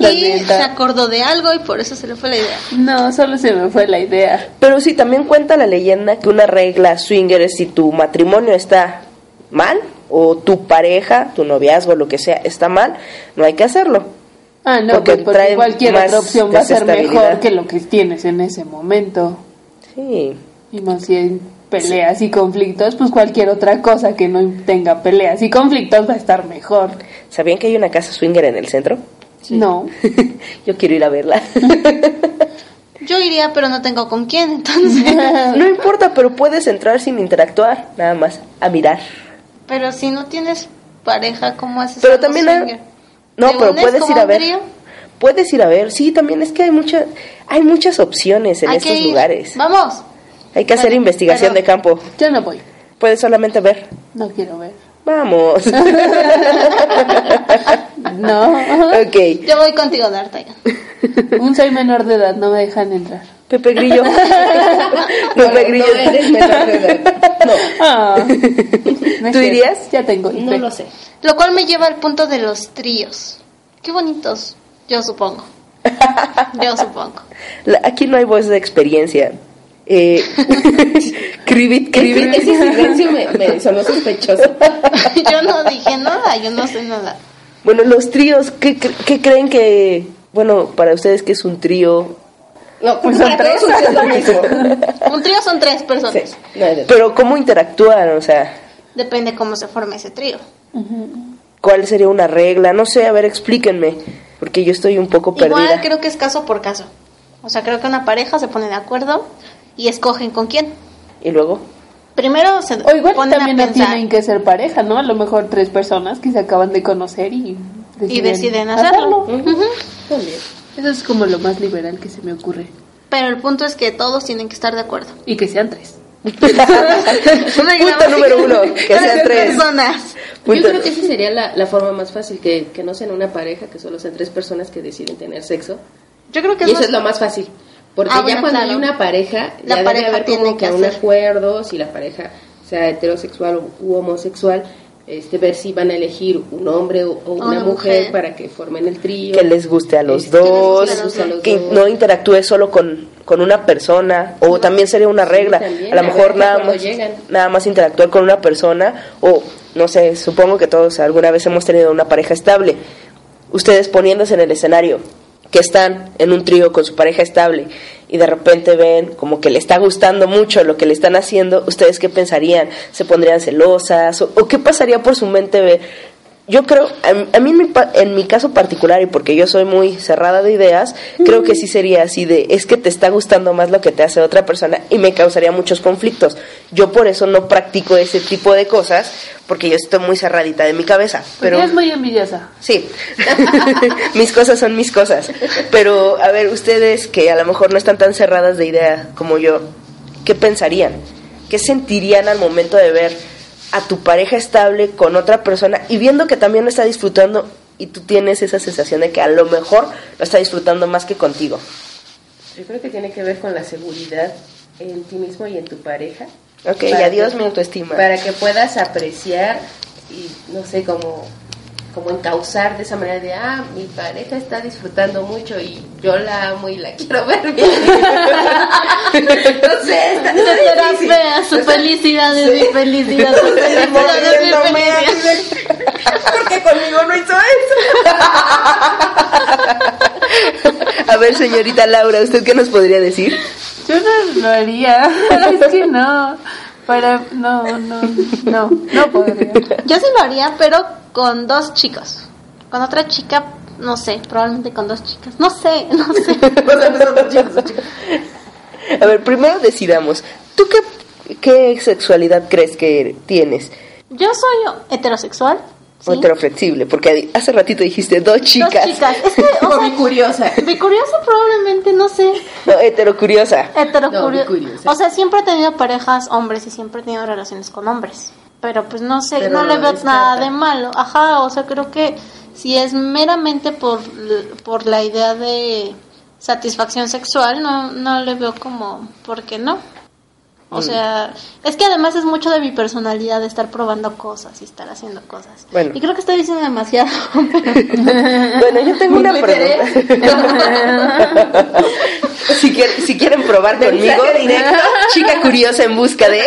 Speaker 4: Lo
Speaker 3: Y
Speaker 4: siento.
Speaker 3: se acordó de algo y por eso se le fue la idea.
Speaker 4: No, solo se me fue la idea.
Speaker 2: Pero sí, también cuenta la leyenda que una regla swinger es si tu matrimonio está mal o tu pareja, tu noviazgo, lo que sea, está mal, no hay que hacerlo.
Speaker 4: Ah, no,
Speaker 2: Porque
Speaker 4: pues, porque
Speaker 2: trae
Speaker 4: cualquier
Speaker 2: más
Speaker 4: otra opción va a ser mejor
Speaker 2: desestabilidad.
Speaker 4: que lo que tienes en ese momento.
Speaker 2: Sí.
Speaker 4: Y más si hay peleas y conflictos, pues cualquier otra cosa que no tenga peleas y conflictos va a estar mejor.
Speaker 2: ¿Sabían que hay una casa swinger en el centro?
Speaker 4: No.
Speaker 2: Yo quiero ir a verla.
Speaker 3: Yo iría, pero no tengo con quién, entonces.
Speaker 2: no importa, pero puedes entrar sin interactuar, nada más, a mirar.
Speaker 3: pero si no tienes pareja, ¿cómo haces?
Speaker 2: Pero
Speaker 3: algo
Speaker 2: también hay-
Speaker 3: swinger?
Speaker 2: No,
Speaker 3: ¿Te
Speaker 2: pero
Speaker 3: unes
Speaker 2: puedes
Speaker 3: como
Speaker 2: ir a
Speaker 3: un
Speaker 2: ver.
Speaker 3: trío?
Speaker 2: Puedes ir a ver, sí, también es que hay, mucha, hay muchas opciones en
Speaker 3: Hay
Speaker 2: estos
Speaker 3: que ir.
Speaker 2: lugares.
Speaker 3: Vamos.
Speaker 2: Hay que hacer
Speaker 3: Pero-
Speaker 2: investigación
Speaker 3: pero-
Speaker 2: de campo.
Speaker 4: Yo no voy.
Speaker 2: Puedes solamente ver.
Speaker 4: No quiero ver.
Speaker 2: Vamos.
Speaker 4: No.
Speaker 2: ok.
Speaker 3: Yo voy contigo, D'Artagnan.
Speaker 4: Un soy menor de edad, no me dejan entrar.
Speaker 2: Pepe Grillo. Pepe Grillo.
Speaker 5: No eres menor de edad. No,
Speaker 4: Ah. No es
Speaker 2: ¿Tú
Speaker 4: cierto.
Speaker 2: irías?
Speaker 4: Ya tengo IP.
Speaker 5: no lo sé.
Speaker 3: Lo cual me lleva al punto de los tríos. Qué bonitos. Yo supongo. Yo supongo.
Speaker 2: La- aquí no hay voz de experiencia. Eh, cribit, cribit.
Speaker 5: Ese silencio me, me sonó sospechoso.
Speaker 3: yo no dije nada, yo no sé nada.
Speaker 2: Bueno, los tríos, ¿qué, cre- qué creen que, bueno, para ustedes que es un trío?
Speaker 5: No, pues para todos ustedes lo mismo.
Speaker 3: Un trío son tres personas.
Speaker 5: No, no, no.
Speaker 2: Pero ¿cómo interactúan? O sea,
Speaker 3: Depende cómo se forme ese trío.
Speaker 2: ¿cuál sería una regla? No sé, a ver, explíquenme, porque yo estoy un poco perdida.
Speaker 3: Igual creo que es caso por caso. O sea, creo que una pareja se pone de acuerdo y escogen con quién.
Speaker 2: Y luego,
Speaker 3: Primero se
Speaker 4: O igual
Speaker 3: ponen
Speaker 4: también
Speaker 3: a
Speaker 4: no
Speaker 3: pensar
Speaker 4: tienen que ser pareja, ¿no? A lo mejor tres personas que se acaban de conocer y deciden,
Speaker 3: y deciden hacerlo. Ujú.
Speaker 5: También.
Speaker 4: Eso es como lo más liberal que se me ocurre.
Speaker 3: Pero el punto es que todos tienen que estar de acuerdo.
Speaker 4: Y que sean tres.
Speaker 3: Una
Speaker 2: punto número uno, que sean tres.
Speaker 3: personas.
Speaker 5: Yo
Speaker 2: Punto.
Speaker 5: creo que esa sería la, la forma más fácil, que, que no sean una pareja, que solo sean tres personas que deciden tener sexo.
Speaker 3: Yo creo que
Speaker 5: Y eso
Speaker 3: más-
Speaker 5: es lo más fácil. Porque
Speaker 3: Ah,
Speaker 5: ya
Speaker 3: bueno,
Speaker 5: cuando
Speaker 3: claro.
Speaker 5: hay una pareja,
Speaker 3: La
Speaker 5: ya debe
Speaker 3: pareja
Speaker 5: haber
Speaker 3: tiene
Speaker 5: como
Speaker 3: que
Speaker 5: que un
Speaker 3: hacer.
Speaker 5: acuerdo, si la pareja sea heterosexual u homosexual, este, ver si van a elegir un hombre o, o una
Speaker 3: una
Speaker 5: mujer,
Speaker 3: mujer.
Speaker 5: para que formen el trío.
Speaker 2: que les guste a los
Speaker 5: Este,
Speaker 2: dos,
Speaker 5: que les guste a los
Speaker 2: que
Speaker 5: dos.
Speaker 2: no interactúe solo con, con una persona, o también sería una regla,
Speaker 5: también,
Speaker 2: a lo
Speaker 5: la
Speaker 2: mejor
Speaker 5: verdad,
Speaker 2: nada
Speaker 5: cuando
Speaker 2: más,
Speaker 5: llegan.
Speaker 2: nada más interactuar con una persona, o no sé, supongo que todos alguna vez hemos tenido una pareja estable, ustedes poniéndose en el escenario, que están en un trío con su pareja estable, y de repente ven como que le está gustando mucho lo que le están haciendo, ¿ustedes qué pensarían? ¿Se pondrían celosas? ¿O, o qué pasaría por su mente ver? Yo creo, a, a mí en mi, pa- en mi caso particular, y porque yo soy muy cerrada de ideas, creo que sí sería así de, es que te está gustando más lo que te hace otra persona y me causaría muchos conflictos. Yo por eso no practico ese tipo de cosas, porque yo estoy muy cerradita de mi cabeza. Pero...
Speaker 4: Pero es muy envidiosa.
Speaker 2: Sí, mis cosas son mis cosas. Pero, a ver, ustedes que a lo mejor no están tan cerradas de idea como yo, ¿qué pensarían? ¿Qué sentirían al momento de ver a tu pareja estable con otra persona y viendo que también lo está disfrutando y tú tienes esa sensación de que a lo mejor lo está disfrutando más que contigo?
Speaker 5: Yo creo que tiene que ver con la seguridad en ti mismo y en tu pareja.
Speaker 2: Ok, y
Speaker 5: Para
Speaker 2: adiós
Speaker 5: que-
Speaker 2: mi autoestima.
Speaker 5: Para que puedas apreciar y, no sé, como, como encauzar de esa manera de, ah, mi pareja está disfrutando mucho y yo la amo y la quiero ver bien. no sé, está,
Speaker 3: No
Speaker 5: está
Speaker 3: será
Speaker 5: difícil.
Speaker 3: fea, su felicidad es mi felicidad, su felicidad es mi felicidad.
Speaker 2: Porque conmigo no hizo eso. A ver, señorita Laura, ¿usted qué nos podría decir?
Speaker 4: Yo no lo haría. Es que no. Para. No, no. No, no podría.
Speaker 3: Yo sí lo haría, pero con dos chicos. Con otra chica, no sé, probablemente con dos chicas. No sé, no sé.
Speaker 2: A ver, primero decidamos. ¿Tú qué, qué sexualidad crees que tienes?
Speaker 3: Yo soy heterosexual. ¿sí?
Speaker 2: Heteroflexible, porque hace ratito dijiste dos chicas.
Speaker 3: Dos chicas. Es que, o
Speaker 5: Como curiosa.
Speaker 3: sea, bicuriosa probablemente, no sé.
Speaker 2: No, heterocuriosa.
Speaker 3: Heterocurio-
Speaker 5: No, bicuriosa.
Speaker 3: O sea, siempre he tenido parejas hombres y siempre he tenido relaciones con hombres. Pero pues no sé,
Speaker 5: Pero
Speaker 3: no
Speaker 5: no
Speaker 3: le
Speaker 5: lo
Speaker 3: veo
Speaker 5: descarta.
Speaker 3: nada de malo. Ajá, o sea, creo que si es meramente por, l- por la idea de satisfacción sexual, no, no le veo como, ¿por qué no?
Speaker 5: Mm.
Speaker 3: O sea, es que además es mucho de mi personalidad de estar probando cosas y estar haciendo cosas.
Speaker 2: Bueno.
Speaker 3: Y creo que estoy diciendo demasiado.
Speaker 2: Bueno, yo tengo una
Speaker 5: Me
Speaker 2: pregunta. si, quieren, si quieren probar conmigo, directo, chica curiosa en busca de.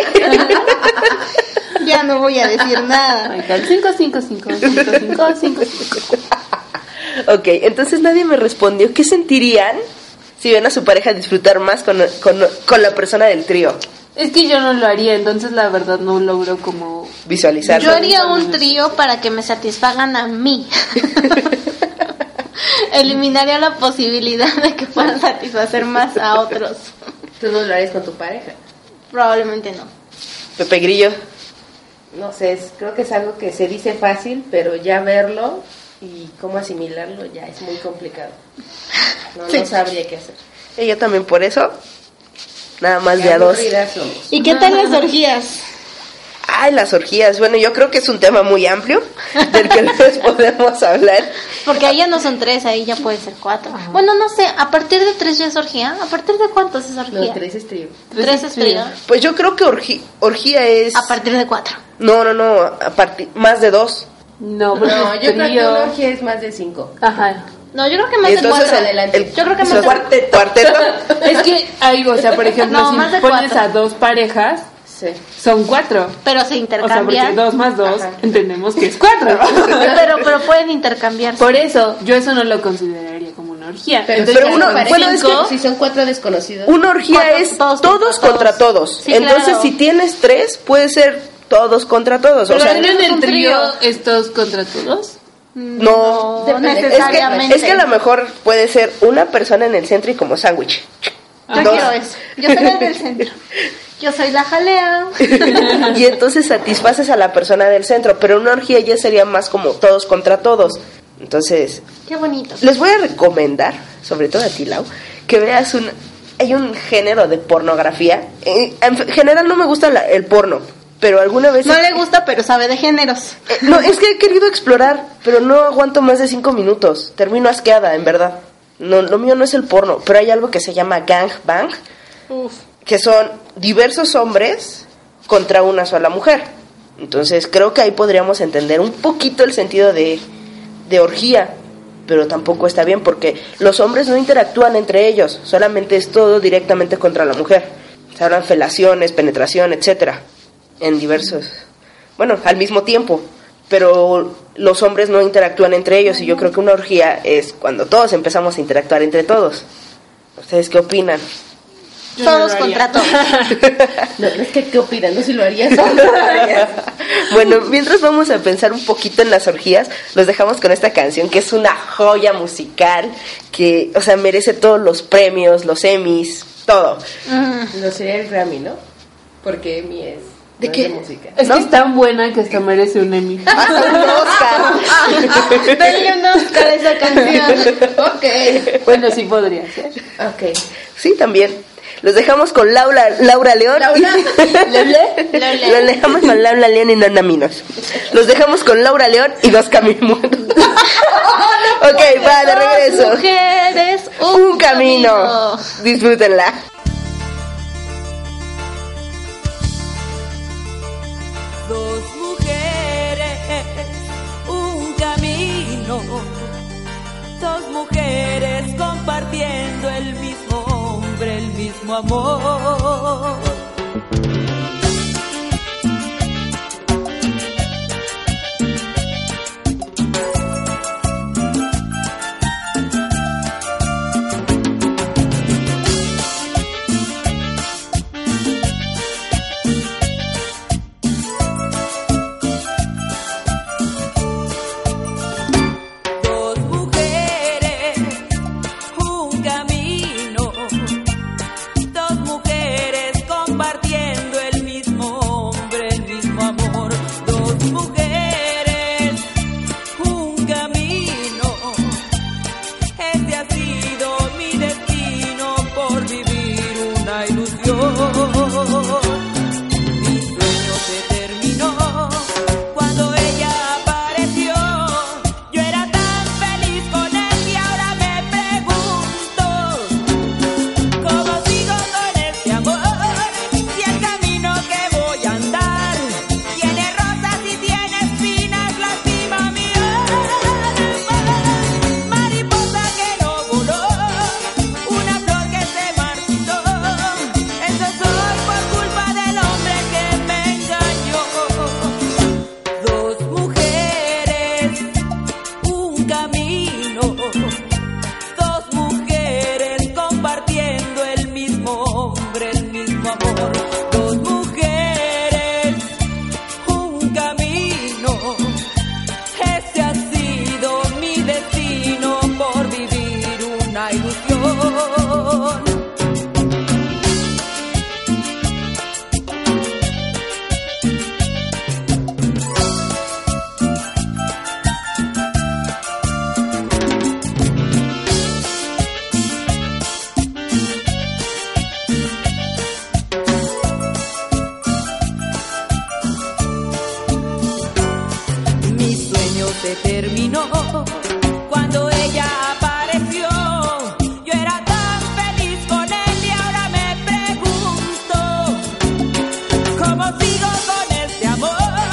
Speaker 3: ya no voy a decir nada.
Speaker 4: Venga, el 5555555.
Speaker 2: Ok, entonces nadie me respondió. ¿Qué sentirían si ven a su pareja disfrutar más con, con, con la persona del trío?
Speaker 4: Es que yo no lo haría, entonces la verdad no logro como.
Speaker 2: Visualizarlo.
Speaker 3: Yo haría un trío para que me satisfagan a mí. Eliminaría la posibilidad de que puedan satisfacer más a otros.
Speaker 5: Tú no lo harías con tu pareja.
Speaker 3: Probablemente no.
Speaker 2: Pepe Grillo.
Speaker 5: No sé, es- creo que es algo que se dice fácil, pero ya verlo y cómo asimilarlo ya es muy complicado. No,
Speaker 3: Sí.
Speaker 5: no sabría qué hacer.
Speaker 2: Ella también por eso. Nada más
Speaker 5: Qué
Speaker 2: de a dos.
Speaker 5: aburridas somos.
Speaker 3: ¿Y qué tal las orgías?
Speaker 2: Ay, las orgías. Bueno, yo creo que es un tema muy amplio del que les podemos hablar.
Speaker 3: Porque ahí ya no son tres, ahí ya puede ser cuatro. Bueno, no sé, ¿a partir de tres ya es orgía? ¿A partir de cuántos es orgía?
Speaker 5: Los tres es trío.
Speaker 3: Tres
Speaker 4: Tres
Speaker 3: es
Speaker 4: es trío.
Speaker 3: trío.
Speaker 2: Pues yo creo que orgi- orgía es.
Speaker 3: A partir de cuatro.
Speaker 2: No, no, no. a parti- Más de dos.
Speaker 4: No, porque
Speaker 5: No,
Speaker 4: es
Speaker 5: yo creo que
Speaker 4: trío.
Speaker 5: una orgía es más de cinco.
Speaker 4: Ajá.
Speaker 3: No, yo creo que más de
Speaker 2: Entonces,
Speaker 3: cuatro.
Speaker 2: el-
Speaker 5: adelante.
Speaker 2: el-
Speaker 3: Yo creo que más
Speaker 2: su-
Speaker 3: de-
Speaker 2: cuarteto.
Speaker 4: Es que algo, o sea, por ejemplo,
Speaker 3: No,
Speaker 4: si
Speaker 3: más de
Speaker 4: pones
Speaker 3: cuatro.
Speaker 4: a dos parejas,
Speaker 5: Sí.
Speaker 4: son cuatro.
Speaker 3: Pero se
Speaker 4: O sea, porque
Speaker 3: intercambian.
Speaker 4: dos más dos
Speaker 5: Ajá.
Speaker 4: entendemos que es cuatro.
Speaker 3: pero, pero pueden intercambiarse.
Speaker 2: e-
Speaker 4: Por eso, yo eso no lo consideraría como una orgía. pues,
Speaker 5: Pero,
Speaker 2: Pero
Speaker 5: uno,
Speaker 2: uno- bueno, es que-
Speaker 5: si son cuatro desconocidos.
Speaker 2: Una orgía
Speaker 3: Cuatro-
Speaker 2: es
Speaker 3: todos
Speaker 2: todos,
Speaker 3: contra
Speaker 2: contra
Speaker 3: todos.
Speaker 2: todos.
Speaker 3: Sí,
Speaker 2: Entonces,
Speaker 3: claro.
Speaker 2: si tienes tres, puede ser todos contra todos.
Speaker 4: Pero
Speaker 2: o sea,
Speaker 4: ¿no en
Speaker 3: es un
Speaker 4: el trío
Speaker 3: trío.
Speaker 4: estos contra todos?
Speaker 2: no.
Speaker 3: Mm, No
Speaker 5: Depende.
Speaker 2: Es que,
Speaker 3: necesariamente.
Speaker 2: es que a lo mejor puede ser una persona en el centro y como sándwich.
Speaker 3: Yo
Speaker 2: dos.
Speaker 3: quiero eso. Yo soy la del centro. Yo soy la jalea.
Speaker 2: y entonces satisfaces a la persona del centro, pero una orgía ya sería más como todos contra todos. Entonces,
Speaker 3: Qué bonito.
Speaker 2: les voy a recomendar, sobre todo a ti, Lau, que veas un... Hay un género de pornografía. En en general no me gusta la- el porno, pero alguna vez...
Speaker 3: No le gusta, pero sabe de géneros.
Speaker 2: Eh, No, es que he querido explorar, pero no aguanto más de cinco minutos. Termino asqueada, en verdad. No, lo mío no es el porno, pero hay algo que se llama gangbang, que son diversos hombres contra una sola mujer. Entonces creo que ahí podríamos entender un poquito el sentido de, de orgía, pero tampoco está bien porque los hombres no interactúan entre ellos, solamente es todo directamente contra la mujer. Se hablan felaciones, penetración, etcétera, en diversos, bueno, al mismo tiempo, pero los hombres no interactúan entre ellos y yo creo que una orgía es cuando todos empezamos a interactuar entre todos. ¿Ustedes qué opinan?
Speaker 4: Yo no
Speaker 3: todos
Speaker 4: lo haría.
Speaker 3: contra todos.
Speaker 5: No, es que, ¿qué opinan? No si lo harías.
Speaker 2: bueno, mientras vamos a pensar un poquito en las orgías, los dejamos con esta canción que es una joya musical que, o sea, merece todos los premios, los Emmys, todo.
Speaker 3: Mm.
Speaker 5: no sería el Grammy, ¿no? Porque mi es.
Speaker 2: ¿De
Speaker 5: no es
Speaker 2: qué?
Speaker 5: música.
Speaker 4: Es que es tan buena que hasta merece un Emmy.
Speaker 2: Hasta un Oscar.
Speaker 3: Denle un Oscar a esa canción.
Speaker 5: ok.
Speaker 4: Bueno, sí podría ser.
Speaker 5: Ok.
Speaker 2: Sí, también. Los dejamos con Laura, Laura León.
Speaker 5: Laura.
Speaker 2: Y... Los dejamos con Laura León y Nana Minos. Los dejamos con Laura León y dos caminos. ok, va, de regreso.
Speaker 3: Dos mujeres, un,
Speaker 2: Un camino. Disfrútenla.
Speaker 7: Dos mujeres, un camino, dos mujeres compartiendo el mismo hombre, el mismo amor. Dos mujeres, un camino, dos mujeres compartiendo el mismo hombre, el mismo amor. Dos mujeres, un camino, este ha sido mi destino por vivir una ilusión. Mi sueño se terminó cuando ella apareció. Yo era tan feliz con él y ahora me pregunto cómo sigo con este amor. Si el camino que voy a andar tiene rosas y tiene espinas, lastima mi alma. Mariposa que no voló, una flor que se marchitó. Eso soy por culpa del hombre que me engañó. Dos mujeres, un camino. Dos mujeres compartiendo el mismo hombre, el mismo amor. Dos mujeres, un camino. Este ha sido mi destino por vivir una ilusión. Mi sueño se terminó cuando ella apareció. Yo era tan feliz con él y ahora me pregunto cómo sigo con este amor.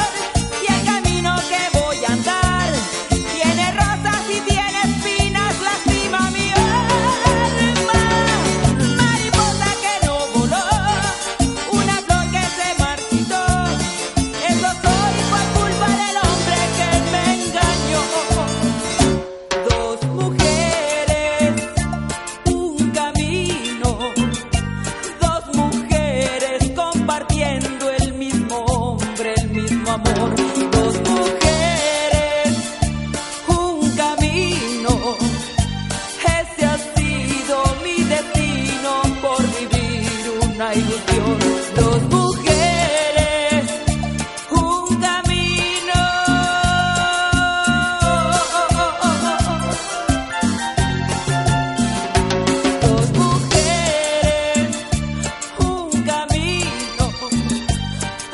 Speaker 7: Y el camino que voy a andar tiene rosas y tiene espinas. Las cuestión. Dos mujeres, un camino. Dos mujeres, un camino.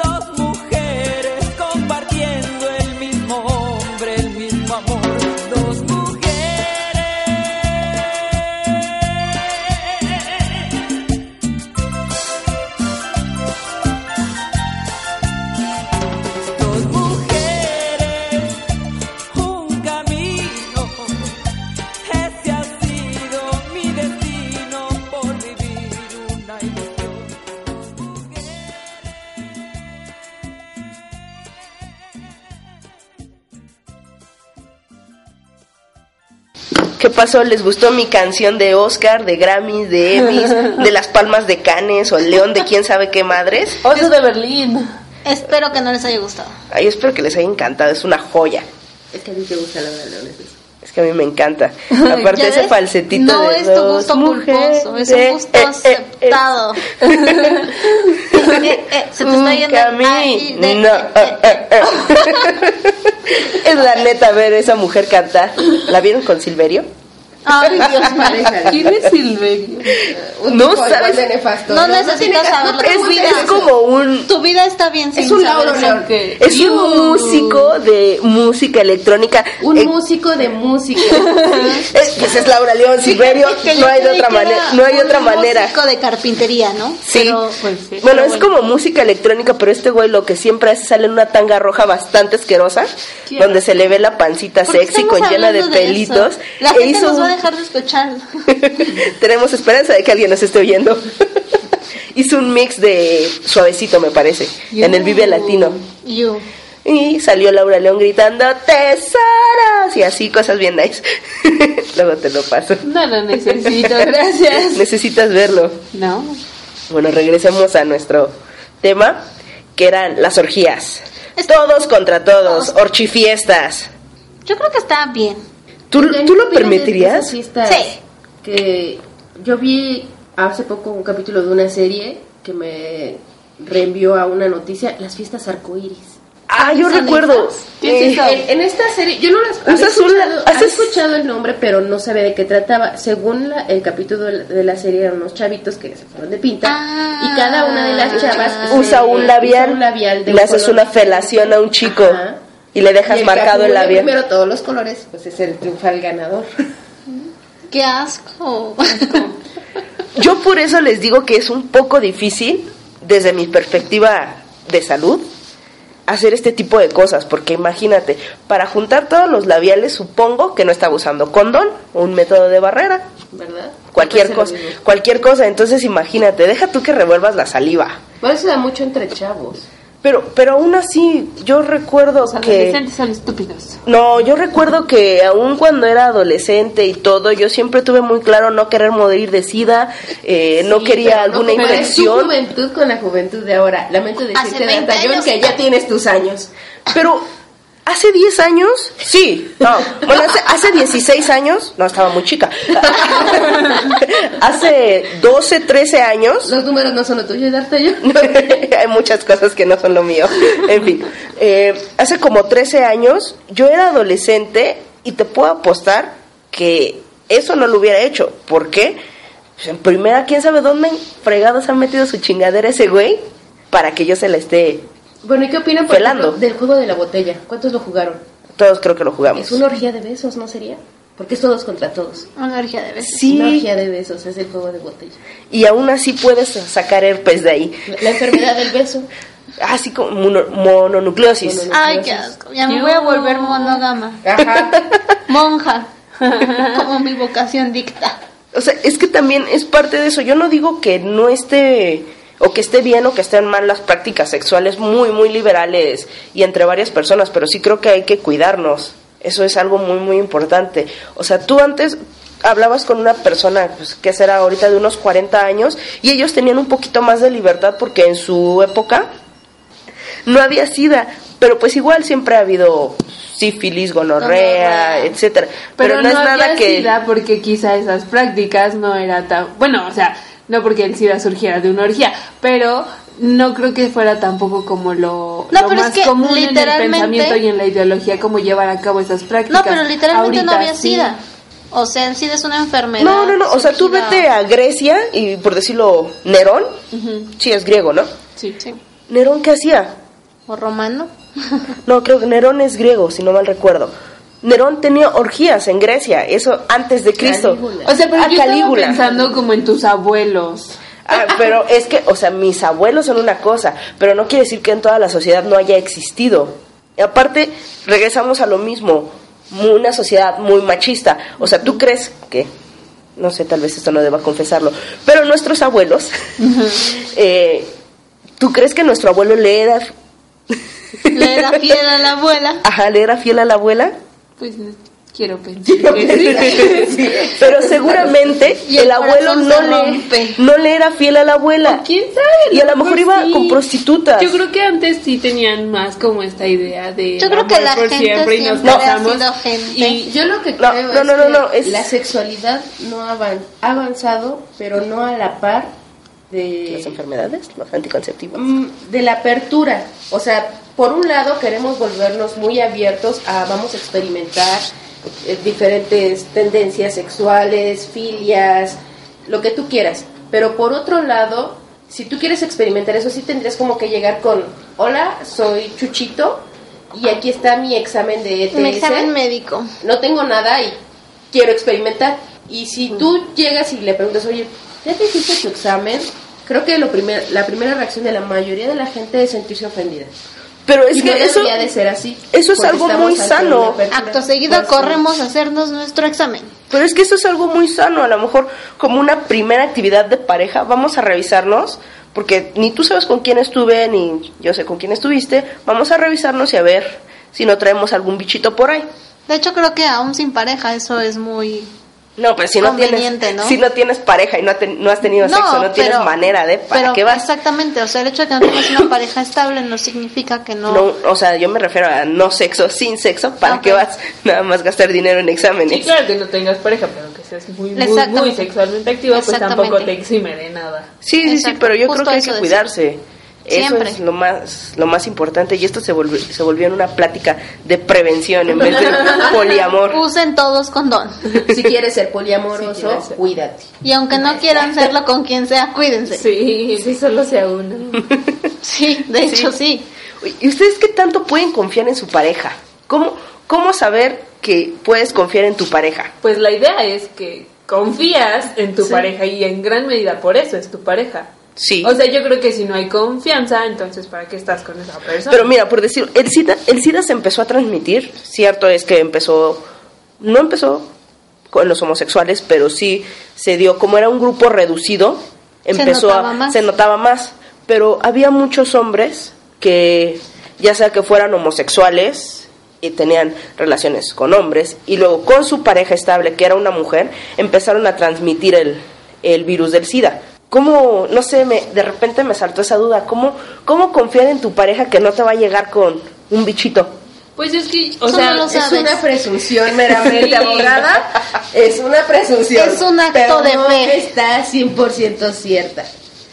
Speaker 7: Dos mujeres compartiendo el mismo hombre, el mismo amor. Dos mujeres. Dos mujeres, un camino. Ese ha sido mi destino por vivir una ilusión. Dos mujeres.
Speaker 2: ¿Qué pasó? ¿Les gustó mi canción de Oscar, de Grammys, de Emmys, de Las Palmas de Canes o el León de quién sabe qué madres?
Speaker 8: Oso de Berlín.
Speaker 3: Espero que no les haya gustado.
Speaker 2: Ay, yo espero que les haya encantado, es una joya.
Speaker 5: Es que a ti te gusta la de Leones.
Speaker 2: Es que a mí me encanta.
Speaker 3: ¿Ya
Speaker 2: Aparte ese
Speaker 3: ves?
Speaker 2: falsetito
Speaker 3: No
Speaker 2: de
Speaker 3: es tu gusto
Speaker 2: dos mujeres,
Speaker 3: culposo, es un gusto
Speaker 2: eh, eh, eh.
Speaker 3: aceptado. Eh, eh, se te
Speaker 2: Un
Speaker 3: está yendo el ahí de-
Speaker 2: camino.
Speaker 3: eh, eh,
Speaker 2: eh, eh. es la neta ver esa mujer cantar. ¿La vieron con Silverio?
Speaker 3: Ay, Dios mío.
Speaker 4: ¿Quién es Silverio?
Speaker 2: No
Speaker 5: tipo igual
Speaker 2: sabes.
Speaker 5: de nefasto,
Speaker 3: No
Speaker 5: tiene
Speaker 3: necesitas
Speaker 5: que-
Speaker 3: saberlo.
Speaker 2: Es,
Speaker 3: Tu vida,
Speaker 2: es como un
Speaker 3: tu vida está bien sin
Speaker 5: Es un
Speaker 3: saber
Speaker 5: Lauro
Speaker 3: eso.
Speaker 5: León.
Speaker 4: Que-
Speaker 2: es un músico de música electrónica.
Speaker 5: Un
Speaker 2: Eh,
Speaker 5: músico de música.
Speaker 2: es, pues es Laura León, Silverio,
Speaker 3: Es que yo
Speaker 2: no hay de
Speaker 3: creí
Speaker 2: otra
Speaker 3: que
Speaker 2: manera,
Speaker 3: era
Speaker 2: no hay otra
Speaker 3: un
Speaker 2: manera.
Speaker 3: músico de carpintería, ¿no?
Speaker 2: Sí.
Speaker 3: Pero, pues,
Speaker 4: sí.
Speaker 2: Bueno, es como música electrónica, pero este güey lo que siempre hace sale en una tanga roja bastante asquerosa,
Speaker 4: ¿Quién?
Speaker 2: donde se le ve la pancita
Speaker 3: ¿por qué
Speaker 2: sexy
Speaker 3: estamos
Speaker 2: con llena de
Speaker 3: hablando eso?
Speaker 2: pelitos.
Speaker 3: La
Speaker 2: E
Speaker 3: gente
Speaker 2: hizo
Speaker 3: nos va a
Speaker 2: un-
Speaker 3: dejar de escuchar.
Speaker 2: Tenemos esperanza de que alguien nos esté oyendo. Hizo un mix de suavecito, me parece, en el Vive Latino.
Speaker 3: You.
Speaker 2: Y salió Laura León gritando tesoros y así cosas bien nice. Luego te lo paso.
Speaker 4: No lo necesito, gracias.
Speaker 2: Necesitas verlo.
Speaker 4: No.
Speaker 2: Bueno, regresemos a nuestro tema, que eran las orgías. Todos contra todos, orchifiestas.
Speaker 3: Yo creo que está bien.
Speaker 2: ¿Tú,
Speaker 5: ¿Qué
Speaker 2: ¿tú lo
Speaker 5: opinan de esas
Speaker 2: permitirías?
Speaker 5: fiestas
Speaker 3: Sí.
Speaker 5: Que yo vi hace poco un capítulo de una serie que me reenvió a una noticia, las fiestas arcoíris.
Speaker 2: Ah, yo
Speaker 3: ¿Son
Speaker 2: recuerdo.
Speaker 4: ¿Qué es
Speaker 2: eh,
Speaker 4: eso?
Speaker 5: En, en esta serie, yo no las había
Speaker 2: Usas una-
Speaker 5: escuchado, había
Speaker 2: haces-
Speaker 5: escuchado el nombre, pero no sabía de qué trataba. Según la- el capítulo de la, de la serie, eran unos chavitos que se fueron de pinta
Speaker 3: Ah.
Speaker 5: y cada una de las chavas
Speaker 2: eh, usa
Speaker 5: se-
Speaker 2: un labial,
Speaker 5: usa un labial de
Speaker 2: le haces
Speaker 5: color
Speaker 2: una
Speaker 5: diferente.
Speaker 2: felación a un chico
Speaker 5: Ajá.
Speaker 2: y le
Speaker 5: Y
Speaker 2: dejas
Speaker 5: el que
Speaker 2: marcado el
Speaker 5: acumule
Speaker 2: labial.
Speaker 5: Primero todos los colores, pues es el triunfal ganador.
Speaker 3: Qué asco.
Speaker 2: Yo por eso les digo que es un poco difícil, desde mi perspectiva de salud, hacer este tipo de cosas, porque imagínate, para juntar todos los labiales supongo que no estaba usando condón o un método de barrera,
Speaker 5: ¿Verdad?
Speaker 2: cualquier
Speaker 5: Entonces,
Speaker 2: cosa,
Speaker 5: Pues lo mismo.
Speaker 2: cualquier cosa, entonces imagínate, deja tú que revuelvas la saliva.
Speaker 5: Por eso se da mucho entre chavos.
Speaker 2: Pero, pero aún así, yo recuerdo
Speaker 4: Los
Speaker 2: que...
Speaker 4: adolescentes son estúpidos.
Speaker 2: No, yo recuerdo que aún cuando era adolescente y todo, yo siempre tuve muy claro no querer morir de sida, eh, no
Speaker 5: Sí,
Speaker 2: quería
Speaker 5: pero no
Speaker 2: alguna
Speaker 5: compares
Speaker 2: infección.
Speaker 5: Tu juventud con la juventud de ahora. Lamento decirte,
Speaker 3: 20
Speaker 5: Dantayón,
Speaker 3: años.
Speaker 5: que ya tienes tus años.
Speaker 2: Pero hace 10 años, sí, no, bueno, hace, hace 16 años, no, estaba muy chica. hace 12, 13 años,
Speaker 5: Los números no son los tuyos, Dantayón.
Speaker 2: hay muchas cosas que no son lo mío, en fin, eh, hace como 13 años yo era adolescente y te puedo apostar que eso no lo hubiera hecho. ¿Por qué? Pues, en primera, quién sabe dónde fregados han metido su chingadera ese güey para que yo se la esté.
Speaker 5: Bueno, ¿y qué opinan por
Speaker 2: Felando.
Speaker 5: ejemplo, del juego de la botella? ¿Cuántos lo jugaron?
Speaker 2: Todos creo que lo jugamos.
Speaker 5: Es una orgía de besos, ¿no sería? Porque es todos contra todos.
Speaker 3: Una orgía de besos.
Speaker 2: Sí.
Speaker 5: Una orgía de besos es el juego de botella.
Speaker 2: y aún así puedes sacar herpes de ahí.
Speaker 5: La, la enfermedad del beso.
Speaker 2: Así como mono- mononucleosis.
Speaker 3: Ay, qué asco. Ya me voy a volver monógama.
Speaker 5: Ajá.
Speaker 3: Monja. Como mi vocación dicta.
Speaker 2: O sea, es que también es parte de eso. Yo no digo que no esté o que esté bien o que estén mal las prácticas sexuales muy, muy liberales y entre varias personas, pero sí creo que hay que cuidarnos. Eso es algo muy, muy importante. O sea, tú antes hablabas con una persona pues, que será ahorita de unos 40 años y ellos tenían un poquito más de libertad porque en su época no había sida, pero pues igual siempre ha habido sífilis, gonorrea,
Speaker 3: Gonorrea.
Speaker 2: etcétera. Pero, no, es
Speaker 4: había
Speaker 2: nada que
Speaker 4: sida porque quizá esas prácticas no era tan... Bueno, o sea, No porque el SIDA surgiera de una orgía, pero no creo que fuera tampoco como lo,
Speaker 3: No,
Speaker 4: lo
Speaker 3: pero es
Speaker 4: más
Speaker 3: que
Speaker 4: común en el
Speaker 3: literalmente-
Speaker 4: pensamiento y en la ideología como llevar a cabo esas prácticas.
Speaker 3: No, pero literalmente no
Speaker 4: Ahorita
Speaker 3: había
Speaker 4: sí.
Speaker 3: SIDA. O sea, el SIDA es una enfermedad.
Speaker 2: No, no, no. O sea, tú
Speaker 3: surgida-
Speaker 2: vete a Grecia y por decirlo, Nerón. Sí, es griego, ¿no?
Speaker 4: Sí, sí.
Speaker 2: ¿Nerón qué hacía?
Speaker 3: O romano.
Speaker 2: No, creo que Nerón es griego, si no mal recuerdo. Nerón tenía orgías en Grecia, eso antes de Cristo.
Speaker 5: Calígula.
Speaker 4: O sea, pero
Speaker 2: Ah,
Speaker 4: yo estaba
Speaker 2: Calígula.
Speaker 4: pensando como en tus abuelos.
Speaker 2: Ah, pero es que, o sea, mis abuelos son una cosa, pero no quiere decir que en toda la sociedad no haya existido. Y aparte, regresamos a lo mismo, mu- una sociedad muy machista. O sea, tú crees que, no sé, tal vez esto no deba confesarlo, pero nuestros abuelos, eh, ¿tú crees que nuestro abuelo le era,
Speaker 3: Le da fiel a la abuela.
Speaker 2: ajá, le era fiel a la abuela?
Speaker 4: Pues quiero pensar que sí.
Speaker 2: Pero seguramente
Speaker 3: Y
Speaker 2: el,
Speaker 3: el
Speaker 2: abuelo
Speaker 3: corazón
Speaker 2: no
Speaker 3: se
Speaker 2: le,
Speaker 3: rompe.
Speaker 2: no le era fiel a la abuela.
Speaker 4: ¿Quién sabe?
Speaker 2: Y a lo mejor iba
Speaker 4: Pues sí.
Speaker 2: con prostitutas.
Speaker 4: Yo creo que antes sí tenían más como esta idea de.
Speaker 3: Yo creo que
Speaker 4: amor
Speaker 3: la
Speaker 4: por
Speaker 3: gente
Speaker 4: y nos
Speaker 3: siempre ha
Speaker 4: casamos.
Speaker 3: sido gente.
Speaker 4: Y
Speaker 5: Yo lo que
Speaker 2: Eh, No,
Speaker 5: creo
Speaker 2: no,
Speaker 5: es
Speaker 2: no, no,
Speaker 5: que
Speaker 2: no, es-
Speaker 5: la sexualidad no ha avan- ha avanzado, pero no a la par de
Speaker 2: Las enfermedades, los anticonceptivos.
Speaker 5: Mm, de la apertura. O sea, por un lado queremos volvernos muy abiertos a vamos a experimentar eh, diferentes tendencias sexuales, filias, lo que tú quieras. Pero por otro lado, si tú quieres experimentar eso, sí tendrías como que llegar con, hola, soy Chuchito y aquí está mi examen de E ETS.
Speaker 3: Un examen médico.
Speaker 5: No tengo nada y quiero experimentar. Y si tú llegas y le preguntas, oye, ¿ya te hiciste tu examen? Creo que lo primer, la primera reacción de la mayoría de la gente es sentirse ofendida.
Speaker 2: Pero es
Speaker 5: Y
Speaker 2: que
Speaker 5: no
Speaker 2: eso.
Speaker 5: debería de ser así.
Speaker 2: eso es
Speaker 5: porque
Speaker 2: algo
Speaker 5: estamos
Speaker 2: muy
Speaker 5: ante
Speaker 2: sano.
Speaker 5: una apertura.
Speaker 3: Acto seguido
Speaker 5: Pues,
Speaker 3: corremos a hacernos nuestro examen.
Speaker 2: Pero es que eso es algo muy sano. A lo mejor, como una primera actividad de pareja, vamos a revisarnos. Porque ni tú sabes con quién estuve, ni yo sé con quién estuviste. Vamos a revisarnos y a ver si no traemos algún bichito por ahí.
Speaker 3: De hecho, creo que aún sin pareja eso es muy...
Speaker 2: No, pero si no
Speaker 3: Conveniente,
Speaker 2: tienes,
Speaker 3: ¿no?
Speaker 2: si no tienes pareja y no, ha ten- no has tenido sexo, no tienes
Speaker 3: pero-
Speaker 2: manera de para
Speaker 3: pero
Speaker 2: qué vas.
Speaker 3: Exactamente, o sea, el hecho de que no tengas una pareja estable no significa que no...
Speaker 2: No, o sea, yo me refiero a no sexo, sin sexo, ¿para
Speaker 3: Ok.
Speaker 2: qué vas nada más gastar dinero en
Speaker 4: Sí,
Speaker 2: exámenes?
Speaker 4: claro que no tengas pareja, pero que seas muy, muy,
Speaker 3: Exactamente.
Speaker 4: muy sexualmente activa, pues tampoco
Speaker 3: Exactamente.
Speaker 4: te exime de nada.
Speaker 2: Sí, sí, sí,
Speaker 3: Exacto,
Speaker 2: pero yo
Speaker 3: justo
Speaker 2: creo que hay
Speaker 3: eso
Speaker 2: que
Speaker 3: decía.
Speaker 2: cuidarse. Eso
Speaker 3: Siempre.
Speaker 2: es lo más, lo más importante y esto se volvió, se volvió en una plática de prevención en vez de poliamor.
Speaker 3: Usen todos condón.
Speaker 5: Si quieres ser
Speaker 4: Si
Speaker 5: poliamoroso,
Speaker 4: quieres ser-
Speaker 5: cuídate.
Speaker 3: Y aunque no quieran serlo con quien sea, cuídense. Sí,
Speaker 4: Sí, sí, solo sea uno.
Speaker 3: de hecho sí.
Speaker 2: Uy, ¿Y ustedes qué tanto pueden confiar en su pareja? ¿Cómo, cómo saber que puedes confiar en tu pareja?
Speaker 4: Pues la idea es que confías en tu pareja y en gran medida por eso es tu pareja.
Speaker 2: Sí.
Speaker 4: O sea, yo creo que si no hay confianza, entonces ¿para qué estás con esa persona?
Speaker 2: Pero mira, por decir, el SIDA, el SIDA se empezó a transmitir, cierto es que empezó, no empezó con los homosexuales, pero sí se dio, como era un grupo reducido, empezó
Speaker 3: notaba
Speaker 2: a,
Speaker 3: más.
Speaker 2: se notaba más, pero había muchos hombres que ya sea que fueran homosexuales y tenían relaciones con hombres y luego con su pareja estable que era una mujer empezaron a transmitir el, el virus del SIDA. ¿Cómo, no sé, me, de repente me saltó esa duda, ¿cómo, cómo confiar en tu pareja que no te va a llegar con un bichito?
Speaker 4: Pues es que, o
Speaker 3: Tú
Speaker 4: sea,
Speaker 3: no lo
Speaker 5: Es
Speaker 3: sabes.
Speaker 5: una presunción meramente
Speaker 4: Sí.
Speaker 5: abogada. Es una presunción.
Speaker 3: Es un acto
Speaker 5: pero
Speaker 3: de
Speaker 5: no
Speaker 3: fe.
Speaker 5: está 100% cierta.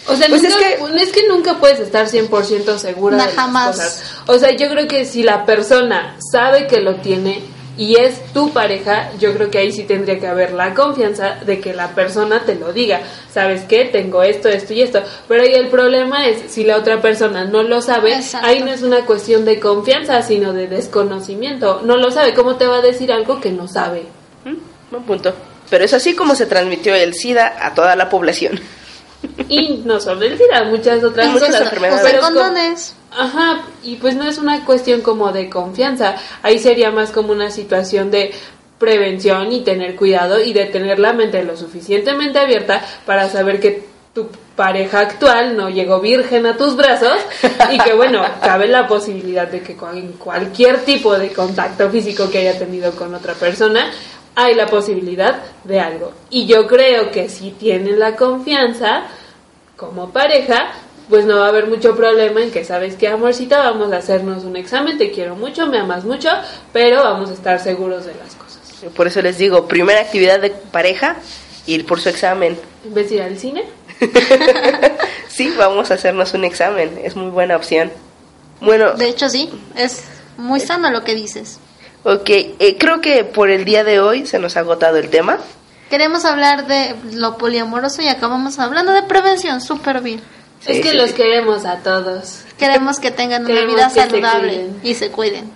Speaker 4: O sea,
Speaker 2: Pues
Speaker 4: nunca-
Speaker 2: es
Speaker 4: es,
Speaker 2: que-
Speaker 4: que, nunca puedes estar 100% segura
Speaker 3: No,
Speaker 4: de las
Speaker 3: jamás.
Speaker 4: cosas. O sea, yo creo que si la persona sabe que lo tiene y es tu pareja, yo creo que ahí sí tendría que haber la confianza de que la persona te lo diga. ¿Sabes qué? Tengo esto, esto y esto. Pero ahí el problema es si la otra persona no lo sabe,
Speaker 3: Exacto.
Speaker 4: ahí no es una cuestión de confianza, sino de desconocimiento. No lo sabe, ¿cómo te va a decir algo que no sabe?
Speaker 2: ¿Mm? Buen punto. Pero es así como se transmitió el SIDA a toda la población.
Speaker 4: Y no solo el SIDA, muchas otras
Speaker 2: Muchas
Speaker 4: cosas.
Speaker 2: enfermedades.
Speaker 3: Usen
Speaker 4: Pero es como-
Speaker 3: condones.
Speaker 4: Ajá, y pues no es una cuestión como de confianza, ahí sería más como una situación de prevención y tener cuidado y de tener la mente lo suficientemente abierta para saber que tu pareja actual no llegó virgen a tus brazos y que bueno, cabe la posibilidad de que con- en cualquier tipo de contacto físico que haya tenido con otra persona hay la posibilidad de algo. Y yo creo que si tienen la confianza, como pareja, pues no va a haber mucho problema en que sabes que amorcita vamos a hacernos un examen, te quiero mucho, me amas mucho, pero vamos a estar seguros de las cosas.
Speaker 2: Por eso les digo, primera actividad de pareja, ir por su examen.
Speaker 4: En vez de ir al cine,
Speaker 2: sí, vamos a hacernos un examen, es muy buena opción. Bueno,
Speaker 3: De hecho, sí, es muy sano lo que dices.
Speaker 2: ok, eh, creo que por el día de hoy se nos ha agotado el tema.
Speaker 3: Queremos hablar de lo poliamoroso y acabamos hablando de prevención, súper bien.
Speaker 2: Sí,
Speaker 4: es que
Speaker 2: sí,
Speaker 4: los
Speaker 2: sí.
Speaker 4: queremos a todos.
Speaker 3: Queremos que tengan una
Speaker 4: Queremos
Speaker 3: vida
Speaker 4: que se
Speaker 3: saludable
Speaker 4: cuiden.
Speaker 3: y se cuiden.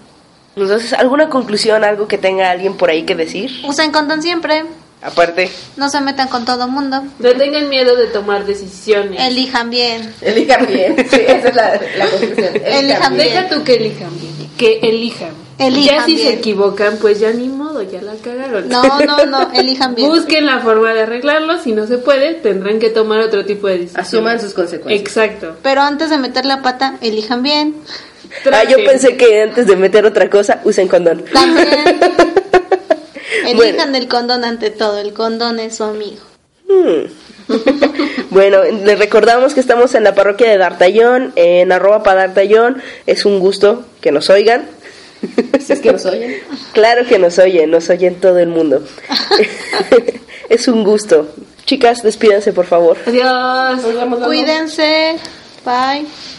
Speaker 2: Entonces, ¿alguna conclusión, algo que tenga alguien por ahí que decir?
Speaker 3: Usen condón siempre,
Speaker 2: Aparte,
Speaker 3: no se metan con todo mundo,
Speaker 4: No tengan miedo de tomar decisiones.
Speaker 3: elijan bien.
Speaker 5: Elijan bien, sí, esa es la, la conclusión.
Speaker 3: Elijan bien.
Speaker 4: Deja tú que elijan bien. Que elijan.
Speaker 3: Elijan
Speaker 4: ya si se
Speaker 3: bien.
Speaker 4: equivocan, pues ya ni modo, ya la cagaron.
Speaker 3: No, no, no, elijan bien.
Speaker 4: Busquen la forma de arreglarlo. Si no se puede, tendrán que tomar otro tipo de decisión.
Speaker 5: Asuman sus consecuencias.
Speaker 4: Exacto.
Speaker 3: Pero antes de meter la pata, elijan bien.
Speaker 2: ah, yo
Speaker 4: Traten.
Speaker 2: pensé que antes de meter otra cosa, usen condón.
Speaker 3: También elijan
Speaker 2: Bueno.
Speaker 3: el condón ante todo, el condón es su amigo.
Speaker 2: Hmm. bueno, les recordamos que estamos en la parroquia de Dartallón, en arroba para Dartallón. Es un gusto que nos oigan.
Speaker 5: Si es que nos oyen.
Speaker 2: Claro que nos oyen, nos oyen todo el mundo. es un gusto. Chicas, despídanse por favor.
Speaker 4: Adiós.
Speaker 5: Nos vemos, nos vemos.
Speaker 3: Cuídense, bye.